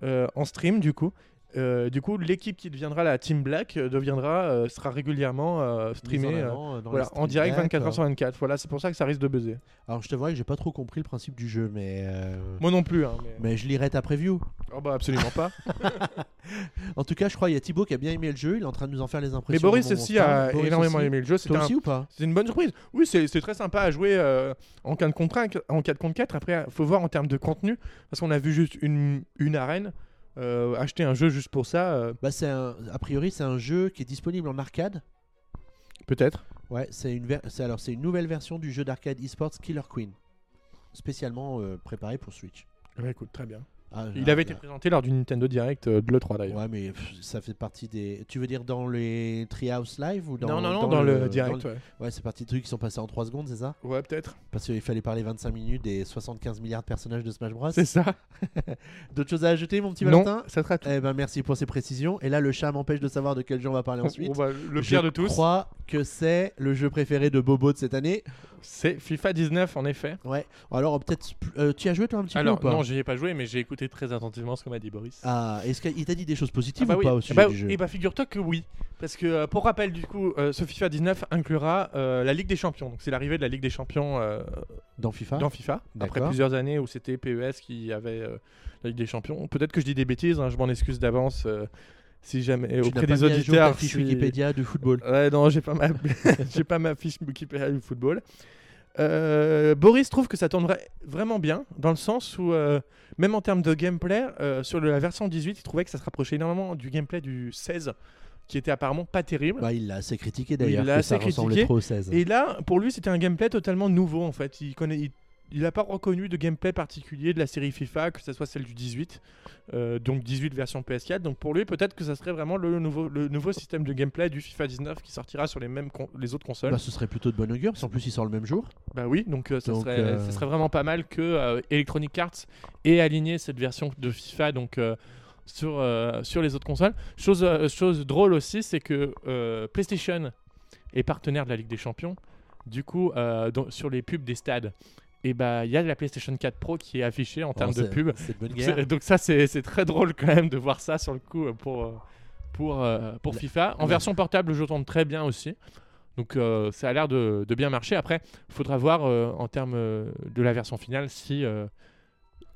Speaker 2: euh, en stream du coup. Euh, du coup, l'équipe qui deviendra la team Black euh, deviendra euh, sera régulièrement euh, streamée.
Speaker 1: Mise en euh.
Speaker 2: euh,
Speaker 1: avant, euh, dans
Speaker 2: voilà,
Speaker 1: les
Speaker 2: en direct
Speaker 1: streams,
Speaker 2: 24
Speaker 1: d'accord.
Speaker 2: h sur 24. Voilà, c'est pour ça que ça risque de buzzer.
Speaker 1: Alors, je te vois que j'ai pas trop compris le principe du jeu, mais. euh,
Speaker 2: Moi non plus. hein, mais-
Speaker 1: Mais je lirai ta preview.
Speaker 2: Oh, bah, absolument pas.
Speaker 1: En tout cas, je crois qu'il y a Thibaut qui a bien aimé le jeu. Il est en train de nous en faire les
Speaker 2: mais
Speaker 1: impressions. au
Speaker 2: Boris
Speaker 1: moment où on
Speaker 2: aussi
Speaker 1: se parle.
Speaker 2: a
Speaker 1: Boris
Speaker 2: énormément
Speaker 1: aussi.
Speaker 2: aimé le jeu. C'était
Speaker 1: Toi
Speaker 2: un
Speaker 1: aussi ou pas
Speaker 2: C'est une bonne surprise. Oui, c'est c'est très sympa à jouer euh, en 4 contre 1, en 4 contre 4. Après, faut voir en termes de contenu, parce qu'on a vu juste une, une arène. Euh, acheter un jeu juste pour ça, euh,
Speaker 1: Bah, c'est un- a priori, c'est un jeu qui est disponible en arcade.
Speaker 2: peut-être.
Speaker 1: Ouais, c'est une ver- c'est alors c'est une nouvelle version du jeu d'arcade esports Killer Queen, spécialement euh, préparé pour Switch.
Speaker 2: Ouais, écoute, très bien.
Speaker 1: Ah,
Speaker 2: Il
Speaker 1: ah,
Speaker 2: avait été
Speaker 1: ah.
Speaker 2: présenté lors du Nintendo Direct euh, de l'E3 d'ailleurs.
Speaker 1: Ouais, mais pff, ça fait partie des. Tu veux dire dans les Treehouse Live ou dans
Speaker 2: non, non, non, dans, le,
Speaker 1: dans
Speaker 2: direct,
Speaker 1: le-
Speaker 2: ouais.
Speaker 1: Ouais, c'est parti des trucs qui sont passés en 3 secondes, c'est ça
Speaker 2: Ouais, peut-être.
Speaker 1: Parce qu'il fallait parler 25 minutes des 75 milliards de personnages de Smash Bros.
Speaker 2: C'est ça.
Speaker 1: D'autres choses à ajouter, mon petit
Speaker 2: non,
Speaker 1: Valentin
Speaker 2: ça sera tout.
Speaker 1: Eh ben merci pour ces précisions. Et là, le chat m'empêche de savoir de quel jeu on va parler ensuite.
Speaker 2: On va- le
Speaker 1: Je
Speaker 2: pire de tous,
Speaker 1: crois que c'est le jeu préféré de Bobo de cette année.
Speaker 2: c'est FIFA 19 en effet.
Speaker 1: Ouais. Alors peut-être euh, tu y as joué toi un petit
Speaker 2: Alors,
Speaker 1: peu ou pas
Speaker 2: non, j'y ai pas joué, mais j'ai écouté très attentivement ce que m'a dit Boris.
Speaker 1: Ah, est-ce qu'il t'a dit des choses positives
Speaker 2: Ah bah
Speaker 1: ou
Speaker 2: oui.
Speaker 1: pas
Speaker 2: Eh
Speaker 1: au sujet
Speaker 2: bah,
Speaker 1: du jeu
Speaker 2: eh bah, figure-toi que oui. Parce que euh, pour rappel, du coup, euh, ce FIFA 19 inclura euh, la Ligue des Champions. Donc c'est l'arrivée de la Ligue des Champions euh,
Speaker 1: Dans FIFA
Speaker 2: dans FIFA. Après
Speaker 1: Ah. D'accord.
Speaker 2: plusieurs années où c'était PES qui avait euh, la Ligue des Champions. Peut-être que je dis des bêtises, hein, je m'en excuse d'avance euh, si jamais
Speaker 1: Tu n'as pas
Speaker 2: auprès des
Speaker 1: mis à jour ta
Speaker 2: auditeurs.
Speaker 1: fiche
Speaker 2: si-
Speaker 1: Wikipédia de football.
Speaker 2: Ouais, non, j'ai pas ma j'ai pas ma fiche Wikipédia du football. Euh, Boris trouve que ça tourne vra- vraiment bien, dans le sens où, euh, même en termes de gameplay, euh, sur la version 18, il trouvait que ça se rapprochait énormément du gameplay du 16, qui était apparemment pas terrible.
Speaker 1: Bah, il l'a assez critiqué d'ailleurs.
Speaker 2: Il l'a
Speaker 1: que ça
Speaker 2: assez
Speaker 1: ressemblait
Speaker 2: critiqué.
Speaker 1: trop au Bah, 16.
Speaker 2: Et là, pour lui, c'était un gameplay totalement nouveau en fait. Il connaît, il, il a pas reconnu de gameplay particulier de la série FIFA, que ce soit celle du 18, euh, donc 18 version PS4. Donc pour lui, peut-être que ça serait vraiment le nouveau, le nouveau système de gameplay du FIFA 19 qui sortira sur les mêmes con- les autres consoles.
Speaker 1: Bah,
Speaker 2: Bah,
Speaker 1: ce serait plutôt de bonne augure, parce qu'en plus il sort le même jour.
Speaker 2: oui, donc, euh, ça,
Speaker 1: Donc,
Speaker 2: serait,
Speaker 1: euh,
Speaker 2: ça serait vraiment pas mal que euh, Electronic Arts ait aligné cette version de FIFA donc euh, sur euh, sur les autres consoles. Chose euh, chose drôle aussi, c'est que euh, PlayStation est partenaire de la Ligue des Champions. Du coup, euh, dans- sur les pubs des stades, et bah il y a la PlayStation 4 Pro qui est affichée en termes
Speaker 1: Oh,
Speaker 2: de
Speaker 1: c'est-
Speaker 2: pub.
Speaker 1: C'est de bonne
Speaker 2: C'est-
Speaker 1: guerre.
Speaker 2: Donc ça, c'est c'est très drôle quand même de voir ça sur le coup euh, pour euh, pour euh, pour
Speaker 1: La-
Speaker 2: FIFA. En
Speaker 1: la-
Speaker 2: version portable, je tourne très bien aussi. Donc euh, ça a l'air de, de bien marcher. Après, il faudra voir euh, en termes euh, de la version finale si euh,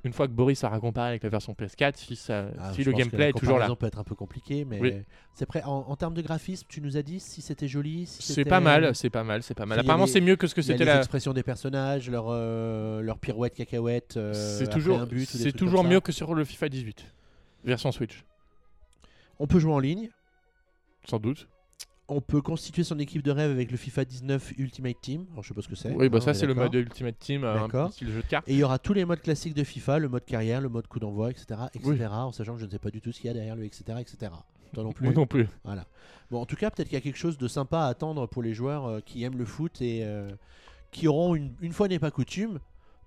Speaker 2: une fois que Boris aura comparé avec la version PS4, si ça,
Speaker 1: Ah,
Speaker 2: si
Speaker 1: je
Speaker 2: le
Speaker 1: pense que
Speaker 2: gameplay est
Speaker 1: la
Speaker 2: toujours là.
Speaker 1: comparaison peut être un peu compliqué, mais
Speaker 2: Oui.
Speaker 1: c'est prêt. En, en termes de graphisme, tu nous as dit si c'était joli. si
Speaker 2: C'est
Speaker 1: c'était- euh,
Speaker 2: pas mal, c'est pas mal, c'est pas mal.
Speaker 1: Il y a
Speaker 2: Apparemment,
Speaker 1: les-
Speaker 2: c'est mieux que ce que
Speaker 1: Il y a
Speaker 2: c'était
Speaker 1: les
Speaker 2: la.
Speaker 1: expressions des personnages, leurs euh, leurs pirouettes, cacahuètes. euh,
Speaker 2: C'est
Speaker 1: après
Speaker 2: toujours,
Speaker 1: un but ou des
Speaker 2: c'est
Speaker 1: trucs comme
Speaker 2: toujours
Speaker 1: ça.
Speaker 2: mieux que sur le FIFA 18, version Switch,
Speaker 1: On peut jouer en ligne.
Speaker 2: sans doute.
Speaker 1: On peut constituer son équipe de rêve avec le FIFA 19 Ultimate Team. Alors, je sais pas ce que c'est.
Speaker 2: Oui, bah
Speaker 1: hein, on
Speaker 2: ça
Speaker 1: est
Speaker 2: c'est le
Speaker 1: d'accord.
Speaker 2: mode Ultimate Team, euh, un
Speaker 1: D'accord.
Speaker 2: peu style jeu de cartes.
Speaker 1: Et il y aura tous les modes classiques de FIFA, le mode carrière, le mode coup d'envoi, etc., etc.
Speaker 2: Oui.
Speaker 1: En sachant que je ne sais pas du tout ce qu'il y a derrière lui, etc., etc. Toi non plus.
Speaker 2: Moi non plus.
Speaker 1: Voilà. Bon, en tout cas, peut-être qu'il y a quelque chose de sympa à attendre pour les joueurs euh, qui aiment le foot et euh, qui auront, une, une fois n'est pas coutume,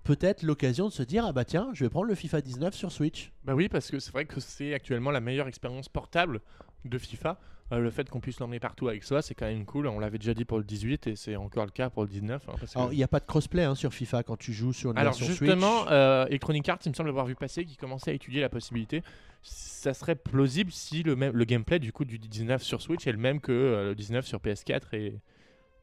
Speaker 1: peut-être l'occasion de se dire Ah bah tiens, je vais prendre le FIFA 19 sur Switch.
Speaker 2: Bah oui, parce que c'est vrai que c'est actuellement la meilleure expérience portable de FIFA. Euh, le fait qu'on puisse l'emmener partout avec soi, c'est quand même cool. On l'avait déjà dit pour le 18 et c'est encore le cas pour le 19. hein, parce que-
Speaker 1: Alors, il n'y a pas de crossplay hein, sur FIFA quand tu joues sur une
Speaker 2: Alors
Speaker 1: version
Speaker 2: justement,
Speaker 1: Switch.
Speaker 2: euh, Electronic Arts, il me semble avoir vu passer, qui commençait à étudier la possibilité. Ça serait plausible si le, même, le gameplay du coup du 19 sur Switch est le même que euh, le 19 sur PS4 et,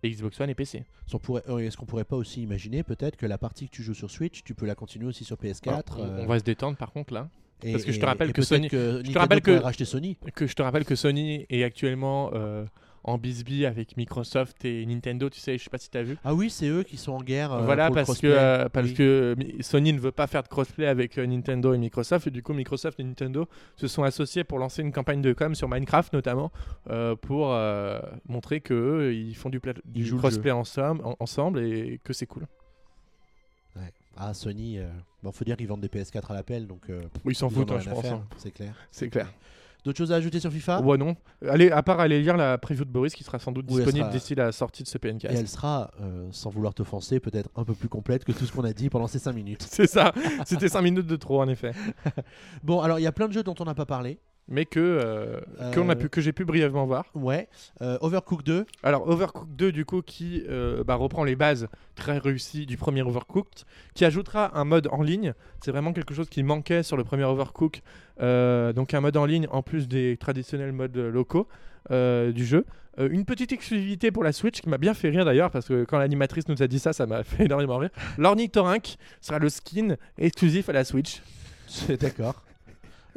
Speaker 2: et Xbox One et PC.
Speaker 1: On pourrait- euh, Est-ce qu'on pourrait pas aussi imaginer peut-être que la partie que tu joues sur Switch, tu peux la continuer aussi sur PS4
Speaker 2: Alors, on-
Speaker 1: euh,
Speaker 2: on va se détendre par contre là.
Speaker 1: et-
Speaker 2: parce que je te
Speaker 1: et-
Speaker 2: rappelle
Speaker 1: et
Speaker 2: que
Speaker 1: peut-être
Speaker 2: Sony-
Speaker 1: que
Speaker 2: te
Speaker 1: Nintendo
Speaker 2: rappelle que-
Speaker 1: pourrait racheter Sony.
Speaker 2: que je te rappelle que Sony est actuellement euh, en bisbee avec Microsoft et Nintendo, tu sais, je sais pas si tu as vu.
Speaker 1: Ah oui, c'est eux qui sont en guerre. euh,
Speaker 2: voilà
Speaker 1: pour le
Speaker 2: parce que
Speaker 1: crossplay.
Speaker 2: euh, parce
Speaker 1: Oui.
Speaker 2: que Mi- Sony ne veut pas faire de crossplay avec euh, Nintendo et Microsoft et du coup Microsoft et Nintendo se sont associés pour lancer une campagne de com sur Minecraft notamment euh, pour euh, montrer que eux, ils font du, pla- du
Speaker 1: Ils jouent le
Speaker 2: crossplay ensemble en- ensemble et que c'est cool.
Speaker 1: Ouais. Ah, Sony, euh, bon, faut dire qu'ils vendent des PS4 à l'appel, donc euh,
Speaker 2: Ils
Speaker 1: ils
Speaker 2: s'en
Speaker 1: en ont
Speaker 2: foutent, hein,
Speaker 1: rien
Speaker 2: je
Speaker 1: à
Speaker 2: pense.
Speaker 1: faire,
Speaker 2: hein.
Speaker 1: c'est clair.
Speaker 2: C'est clair.
Speaker 1: D'autres choses à ajouter sur FIFA
Speaker 2: Ouais non. Allez, à part aller lire la preview de Boris qui sera sans doute
Speaker 1: Oui, elle
Speaker 2: disponible
Speaker 1: sera-
Speaker 2: d'ici la sortie de ce PNK.
Speaker 1: Et elle sera, euh, sans vouloir t'offenser, peut-être un peu plus complète que tout ce qu'on a dit pendant ces 5 minutes.
Speaker 2: C'est ça. C'était 5 minutes de trop en effet.
Speaker 1: Bon, alors il y a plein de jeux dont on n'a pas parlé.
Speaker 2: mais que euh,
Speaker 1: Euh,
Speaker 2: qu'on a pu que j'ai pu brièvement voir.
Speaker 1: Ouais. Euh, Overcooked 2.
Speaker 2: Alors Overcooked 2 du coup qui euh, bah, reprend les bases très réussies du premier Overcooked, qui ajoutera un mode en ligne. C'est vraiment quelque chose qui manquait sur le premier Overcooked, Euh, donc un mode en ligne en plus des traditionnels modes locaux euh, du jeu. Euh, une petite exclusivité pour la Switch qui m'a bien fait rire d'ailleurs parce que quand l'animatrice nous a dit ça, ça m'a fait énormément rire. L'ornithorynque sera le skin exclusif à la Switch.
Speaker 1: D'accord.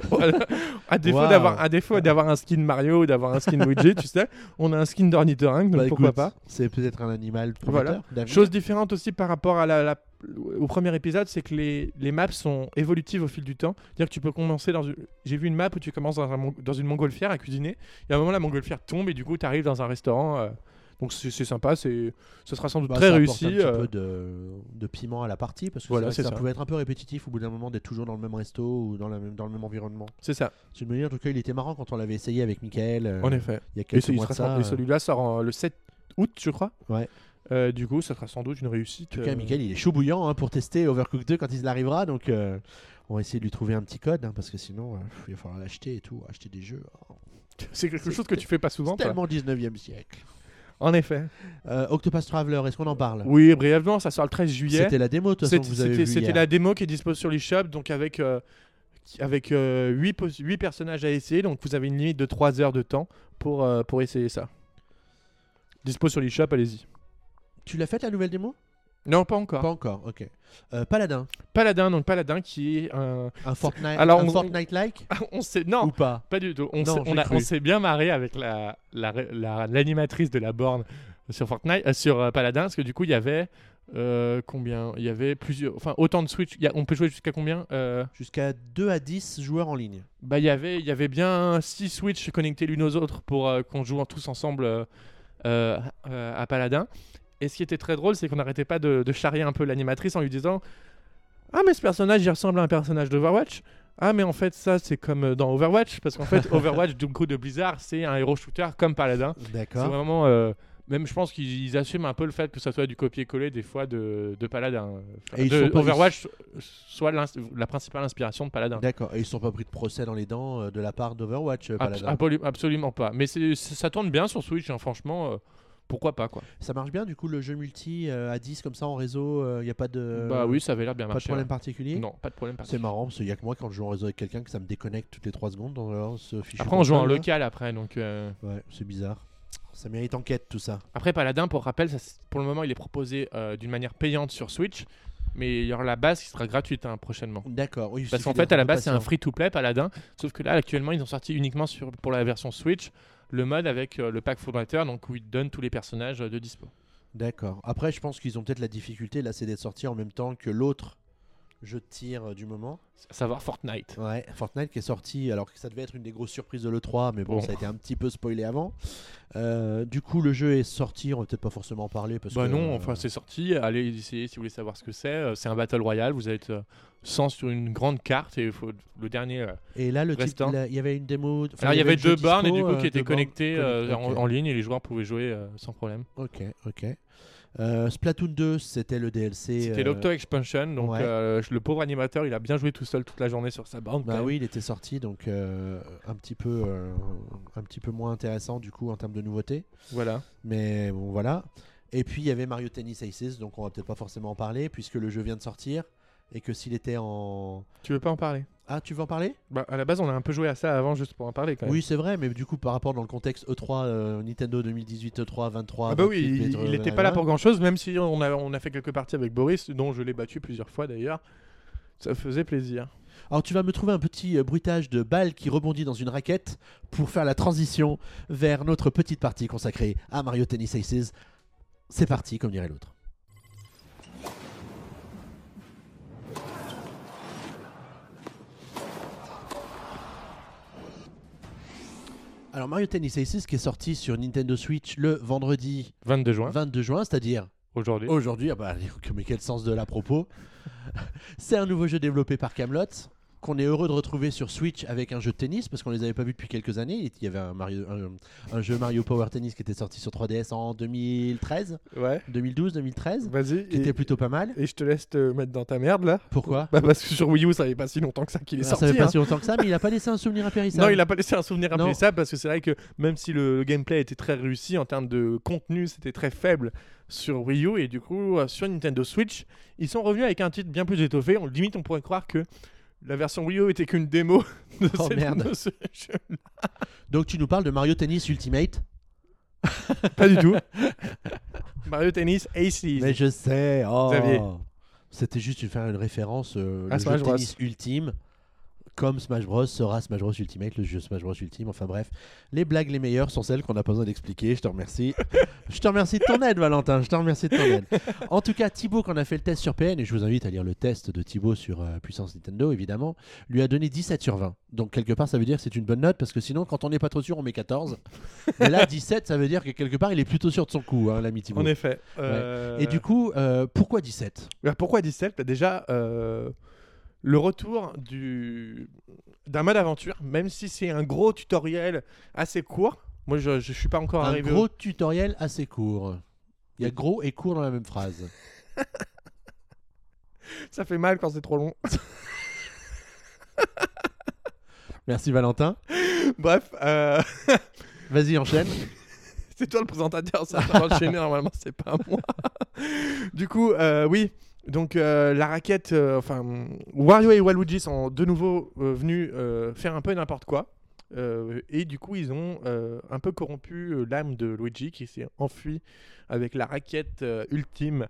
Speaker 2: Voilà. À défaut
Speaker 1: Waouh.
Speaker 2: d'avoir à défaut d'avoir un skin Mario ou d'avoir un skin Luigi, tu sais, on a un skin d'ornithorynque, donc
Speaker 1: Bah,
Speaker 2: pourquoi
Speaker 1: écoute,
Speaker 2: pas.
Speaker 1: C'est peut-être un animal
Speaker 2: Voilà.
Speaker 1: prometteur d'avenir.
Speaker 2: Chose différente aussi par rapport à la, la- au premier épisode, c'est que les, les maps sont évolutives au fil du temps. C'est-à-dire que tu peux commencer dans une... J'ai vu une map où tu commences dans, un mon- dans une montgolfière à cuisiner, et à un moment la montgolfière tombe et du coup tu arrives dans un restaurant. euh, donc c'est c'est sympa, c'est ça sera sans doute
Speaker 1: Bah,
Speaker 2: très
Speaker 1: ça apporte
Speaker 2: réussi.
Speaker 1: Un petit peu
Speaker 2: euh,
Speaker 1: de, de piment à la partie parce que
Speaker 2: Voilà,
Speaker 1: c'est vrai que
Speaker 2: c'est
Speaker 1: ça,
Speaker 2: ça.
Speaker 1: pouvait être un peu répétitif au bout d'un moment d'être toujours dans le même resto ou dans, la même, dans le même environnement.
Speaker 2: C'est ça,
Speaker 1: C'est une manière, en tout cas, il était marrant quand on l'avait essayé avec Michael euh,
Speaker 2: en effet.
Speaker 1: il y a
Speaker 2: Et,
Speaker 1: quelques
Speaker 2: c'est- il
Speaker 1: mois de
Speaker 2: sera
Speaker 1: ça. euh.
Speaker 2: sans- et celui-là sort en- le 7 août, je crois.
Speaker 1: Ouais.
Speaker 2: Euh, du coup, ça sera sans doute une réussite.
Speaker 1: En tout cas,
Speaker 2: euh,
Speaker 1: Mickaël, il est chaud bouillant hein, pour tester Overcooked 2 quand il arrivera. Donc, euh, on va essayer de lui trouver un petit code hein, parce que sinon, euh, pff, il va falloir l'acheter et tout, acheter des jeux. Oh,
Speaker 2: C'est quelque
Speaker 1: C'est
Speaker 2: chose que tu fais pas souvent.
Speaker 1: c'est
Speaker 2: toi.
Speaker 1: tellement 19e siècle.
Speaker 2: En effet.
Speaker 1: Euh, Octopus Traveler, est-ce qu'on en parle
Speaker 2: Oui, brièvement, ça sort le 13 juillet.
Speaker 1: C'était la démo, de toute façon,
Speaker 2: C'était
Speaker 1: que vous avez vu
Speaker 2: c'était- c'était
Speaker 1: hier.
Speaker 2: la démo qui est dispose sur l'eShop, donc avec, euh, qui- avec euh, 8, personnages à essayer, donc vous avez une limite de 3 heures de temps pour, euh, pour essayer ça. Dispo sur l'eShop, allez-y.
Speaker 1: Tu l'as faite la nouvelle démo
Speaker 2: Non, pas encore.
Speaker 1: Pas encore, ok. Euh, Paladin,
Speaker 2: Paladin, donc Paladin qui est un...
Speaker 1: un Fortnite,
Speaker 2: Alors,
Speaker 1: un
Speaker 2: on-
Speaker 1: Fortnite-like
Speaker 2: on sait...
Speaker 1: ou
Speaker 2: Non,
Speaker 1: pas
Speaker 2: pas du tout. On
Speaker 1: Non,
Speaker 2: s'est-
Speaker 1: j'ai
Speaker 2: on a-
Speaker 1: cru.
Speaker 2: on s'est bien marré avec l'animatrice la, la, la- l'animatrice de la borne sur Fortnite, euh, sur euh, Paladin, parce que du coup, il y avait Euh, combien Il y avait plusieurs. Enfin, autant de Switch. il y a- On peut jouer jusqu'à combien Euh,
Speaker 1: Jusqu'à 2 à 10 joueurs en ligne.
Speaker 2: Bah, il y avait, il y avait bien six Switch connectés l'une aux autres pour euh, qu'on joue en- tous ensemble euh, euh, euh, à Paladin. Et ce qui était très drôle, c'est qu'on n'arrêtait pas de, de charrier un peu l'animatrice en lui disant Ah, mais ce personnage, il ressemble à un personnage d'Overwatch. Ah, mais en fait, ça, c'est comme euh, dans Overwatch. Parce qu'en fait, Overwatch, du coup, de Blizzard, c'est un héros shooter comme Paladin. C'est
Speaker 1: D'accord.
Speaker 2: vraiment. euh, même je pense qu'ils ils assument un peu le fait que ça soit du copier-coller des fois de, de Paladin. Enfin,
Speaker 1: Et ils
Speaker 2: de
Speaker 1: sont pas-
Speaker 2: Overwatch soit l'ins- la principale inspiration de Paladin.
Speaker 1: D'accord. Et ils sont pas pris de procès dans les dents euh, de la part d'Overwatch, euh,
Speaker 2: Abs-
Speaker 1: Paladin.
Speaker 2: absolu- absolument pas. Mais c'est- c- ça tourne bien sur Switch, hein, franchement. euh, pourquoi pas quoi
Speaker 1: Ça marche bien, du coup, le jeu multi euh, à 10 comme ça en réseau, il n'y a pas de,
Speaker 2: Bah oui, ça avait l'air bien
Speaker 1: Euh, pas de
Speaker 2: marché.
Speaker 1: problème
Speaker 2: ouais.
Speaker 1: particulier
Speaker 2: Non, pas de problème.
Speaker 1: C'est
Speaker 2: particulier.
Speaker 1: marrant parce qu'il n'y a que moi quand je joue en réseau avec quelqu'un que ça me déconnecte toutes les 3 secondes dans euh, ce fichier.
Speaker 2: Après, on joue en
Speaker 1: console, là.
Speaker 2: local après, donc. euh,
Speaker 1: Ouais, c'est bizarre. Ça mérite enquête tout ça.
Speaker 2: Après, Paladin, pour rappel, ça, c'est- pour le moment, il est proposé euh, d'une manière payante sur Switch, mais il y aura la base qui sera gratuite hein, prochainement.
Speaker 1: D'accord. Oui, il
Speaker 2: Parce
Speaker 1: suffit
Speaker 2: qu'en fait, à la
Speaker 1: d'être
Speaker 2: base, c'est un
Speaker 1: patient.
Speaker 2: free-to-play Paladin, sauf que là, actuellement, ils ont sorti uniquement sur, pour la version Switch le mode avec euh, le pack fondateur, donc où ils donnent tous les personnages euh, de dispo.
Speaker 1: D'accord. Après, je pense qu'ils ont peut-être la difficulté là, c'est d'être sorti en même temps que l'autre jeu de tir euh, du moment.
Speaker 2: À savoir Fortnite.
Speaker 1: Ouais, Fortnite qui est sorti, alors que ça devait être une des grosses surprises de l'E3, mais bon,
Speaker 2: Bon.
Speaker 1: ça a été un petit peu spoilé avant. Euh, du coup, le jeu est sorti, on va peut-être pas forcément en parler. Parce
Speaker 2: Bah
Speaker 1: que,
Speaker 2: non,
Speaker 1: euh,
Speaker 2: enfin c'est sorti, allez essayer si vous voulez savoir ce que c'est. Euh, C'est un battle royale, vous êtes euh, 100 sur une grande carte et il faut le dernier. euh.
Speaker 1: Et là, le type,
Speaker 2: restant.
Speaker 1: il a- il y avait une démo. enfin,
Speaker 2: Alors il y avait
Speaker 1: le jeu
Speaker 2: deux barnes et
Speaker 1: dispo,
Speaker 2: du coup
Speaker 1: euh,
Speaker 2: qui étaient
Speaker 1: deux bornes
Speaker 2: connectées euh, en,
Speaker 1: connectées,
Speaker 2: en ligne et les joueurs pouvaient jouer euh, sans problème.
Speaker 1: Ok, ok. ok. Euh, Splatoon 2, c'était le DLC.
Speaker 2: C'était
Speaker 1: euh,
Speaker 2: l'Octo Expansion, donc
Speaker 1: ouais.
Speaker 2: euh, le pauvre animateur il a bien joué tout seul toute la journée sur sa borne. quand
Speaker 1: Bah
Speaker 2: même.
Speaker 1: oui, il était sorti, donc euh, un, petit peu, euh, un petit peu moins intéressant du coup en termes de nouveautés.
Speaker 2: Voilà.
Speaker 1: Mais bon, voilà. Et puis il y avait Mario Tennis Aces, donc on va peut-être pas forcément en parler puisque le jeu vient de sortir et que s'il était en.
Speaker 2: Tu veux pas en parler
Speaker 1: Ah, tu veux en parler
Speaker 2: bah, À la base on a un peu joué à ça avant juste pour en parler quand même.
Speaker 1: Oui, c'est vrai, mais du coup, par rapport dans le contexte E3, euh, Nintendo 2018, E3, 23.
Speaker 2: Ah bah
Speaker 1: 28,
Speaker 2: oui, il-
Speaker 1: Pedro-
Speaker 2: il n'était pas là
Speaker 1: blablabla.
Speaker 2: pour grand chose, même si on a, on a fait quelques parties avec Boris, dont je l'ai battu plusieurs fois d'ailleurs. Ça faisait plaisir.
Speaker 1: Alors tu vas me trouver un petit euh, bruitage de balle qui rebondit dans une raquette pour faire la transition vers notre petite partie consacrée à Mario Tennis Aces. C'est parti, comme dirait l'autre. Alors Mario Tennis Aces qui est sorti sur Nintendo Switch le vendredi
Speaker 2: 22 juin,
Speaker 1: 22 juin, c'est-à-dire
Speaker 2: aujourd'hui.
Speaker 1: Aujourd'hui, ah bah, mais quel sens de la propos C'est un nouveau jeu développé par Camelot qu'on est heureux de retrouver sur Switch avec un jeu de tennis parce qu'on les avait pas vus depuis quelques années. Il y avait un, Mario- un- un jeu Mario Power Tennis qui était sorti sur 3DS en 2013,
Speaker 3: Ouais,
Speaker 1: 2012, 2013,
Speaker 3: vas-y.
Speaker 1: qui
Speaker 3: et,
Speaker 1: était plutôt pas mal.
Speaker 3: et je te laisse te mettre dans ta merde là.
Speaker 1: Pourquoi
Speaker 3: Bah parce que sur Wii U, ça avait pas si longtemps que ça qu'il est
Speaker 1: Ah,
Speaker 3: sorti.
Speaker 1: Ça fait pas
Speaker 3: hein.
Speaker 1: si longtemps que ça, mais il a pas laissé un souvenir impérissable.
Speaker 2: Non, il a pas laissé un souvenir
Speaker 1: Non.
Speaker 2: impérissable parce que c'est vrai que même si le, le gameplay était très réussi en termes de contenu, c'était très faible sur Wii U et du coup euh, sur Nintendo Switch, ils sont revenus avec un titre bien plus étoffé. On limite, on pourrait croire que la version Wii U était qu'une démo de,
Speaker 1: Oh,
Speaker 2: cette-
Speaker 1: merde.
Speaker 2: de ce jeu.
Speaker 1: Donc tu nous parles de Mario Tennis Ultimate
Speaker 2: Pas du tout. Mario Tennis Aces.
Speaker 1: Mais je sais, oh.
Speaker 2: Xavier.
Speaker 1: C'était juste une- faire une référence euh,
Speaker 2: À
Speaker 1: le
Speaker 2: Smash
Speaker 1: jeu de
Speaker 2: Bros.
Speaker 1: tennis ultime. Comme Smash Bros sera Smash Bros Ultimate, le jeu Smash Bros Ultime. Enfin bref, les blagues les meilleures sont celles qu'on n'a pas besoin d'expliquer. Je te remercie. je te remercie de ton aide, Valentin. Je te remercie de ton aide. En tout cas, Thibaut, qu'on a fait le test sur PN, et je vous invite à lire le test de Thibaut sur euh, Puissance Nintendo, évidemment, lui a donné 17 sur 20. Donc quelque part, ça veut dire que c'est une bonne note, parce que sinon, quand on n'est pas trop sûr, on met 14. Mais là, 17, ça veut dire que quelque part, il est plutôt sûr de son coup, hein, l'ami Thibaut.
Speaker 2: En effet. Euh,
Speaker 1: Et du coup, euh, pourquoi 17
Speaker 2: Bah, Pourquoi 17 Bah, Déjà, euh, le retour du d'un mode aventure, même si c'est un gros tutoriel assez court. Moi, je ne suis pas encore
Speaker 1: Un
Speaker 2: arrivé.
Speaker 1: gros tutoriel assez court. Il y a gros et court dans la même phrase.
Speaker 2: au- Ça fait mal quand c'est trop long.
Speaker 1: Merci Valentin.
Speaker 2: Bref, euh,
Speaker 1: Vas-y, enchaîne.
Speaker 2: c'est toi le présentateur, ça va enchaîner normalement, c'est pas moi. du coup, euh, oui. Donc euh, la raquette, euh, enfin Wario et Waluigi sont de nouveau euh, venus euh, faire un peu n'importe quoi. Euh, et du coup, ils ont euh, un peu corrompu euh, l'âme de Luigi qui s'est enfui avec la raquette euh, ultime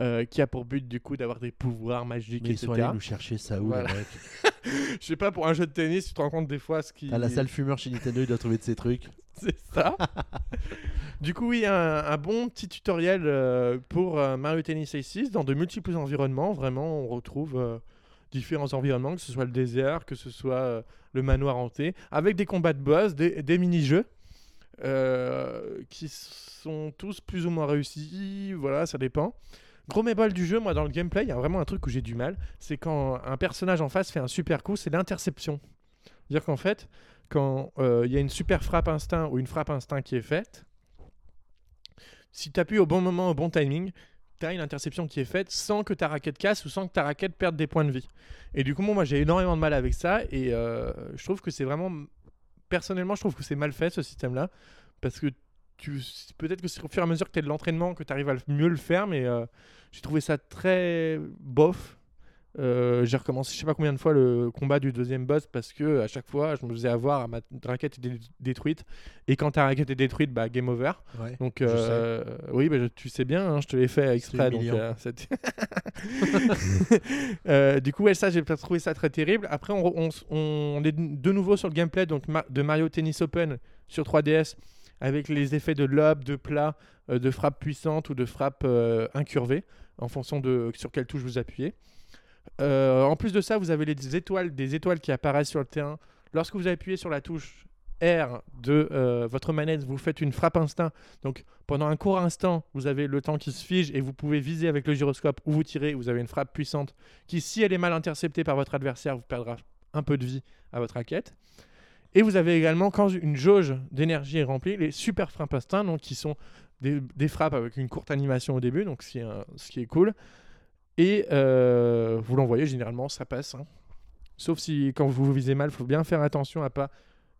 Speaker 2: euh, qui a pour but du coup d'avoir des pouvoirs magiques,
Speaker 1: Mais ils
Speaker 2: etc.
Speaker 1: sont allés nous chercher ça où
Speaker 2: Voilà.
Speaker 1: les mecs
Speaker 2: Je sais pas, pour un jeu de tennis, tu te rends compte des fois ce qui.
Speaker 1: À la salle fumeur chez Nintendo, il doit trouver de ces trucs.
Speaker 2: C'est ça. Du coup, oui, un, un bon petit tutoriel euh, pour euh, Mario Tennis Ace 6 dans de multiples environnements. Vraiment, on retrouve euh, différents environnements, que ce soit le désert, que ce soit euh, le manoir hanté, avec des combats de boss, des, des mini-jeux. euh, qui sont tous plus ou moins réussis, voilà, ça dépend. Gros mébol du jeu, moi dans le gameplay, il y a vraiment un truc où j'ai du mal, c'est quand un personnage en face fait un super coup, c'est l'interception. C'est-à-dire qu'en fait, quand euh, il y a une super frappe instinct ou une frappe instinct qui est faite, si tu appuies au bon moment, au bon timing, tu as une interception qui est faite sans que ta raquette casse ou sans que ta raquette perde des points de vie. Et du coup, moi, j'ai énormément de mal avec ça et euh, je trouve que c'est vraiment. Personnellement, je trouve que c'est mal fait ce système-là parce que tu... peut-être que c'est au fur et à mesure que tu as de l'entraînement que tu arrives à le- mieux le faire, mais euh, j'ai trouvé ça très bof. Euh, j'ai recommencé je sais pas combien de fois le combat du deuxième boss parce que à chaque fois je me faisais avoir ma raquette était dé- détruite et quand ta raquette est détruite bah game over
Speaker 1: Ouais.
Speaker 2: donc,
Speaker 1: Je
Speaker 2: euh, oui, bah, je- tu sais bien, hein, je te l'ai fait exprès. Donc,
Speaker 1: humiliant.
Speaker 2: euh, c'était- Euh, du coup, ouais, ça, j'ai pas trouvé ça très terrible. Après, on, re- on s- on est de nouveau sur le gameplay donc, ma- de Mario Tennis Open sur 3DS avec les effets de lob, de plat, euh, de frappe puissante ou de frappe euh, incurvée en fonction de sur quelle touche vous appuyez. Euh, en plus de ça, vous avez les étoiles, des étoiles qui apparaissent sur le terrain. Lorsque vous appuyez sur la touche R de euh, votre manette, vous faites une frappe instinct pendant un court instant, vous avez le temps qui se fige et vous pouvez viser avec le gyroscope ou vous tirez. Vous avez une frappe puissante qui, si elle est mal interceptée par votre adversaire, vous perdra un peu de vie à votre raquette. Et vous avez également, quand une jauge d'énergie est remplie, les super frappes instincts, donc qui sont des, des frappes avec une courte animation au début, donc c'est un- ce qui est cool. Et euh, vous l'envoyez, généralement, ça passe. hein. Sauf si, quand vous visez mal, il faut bien faire attention à pas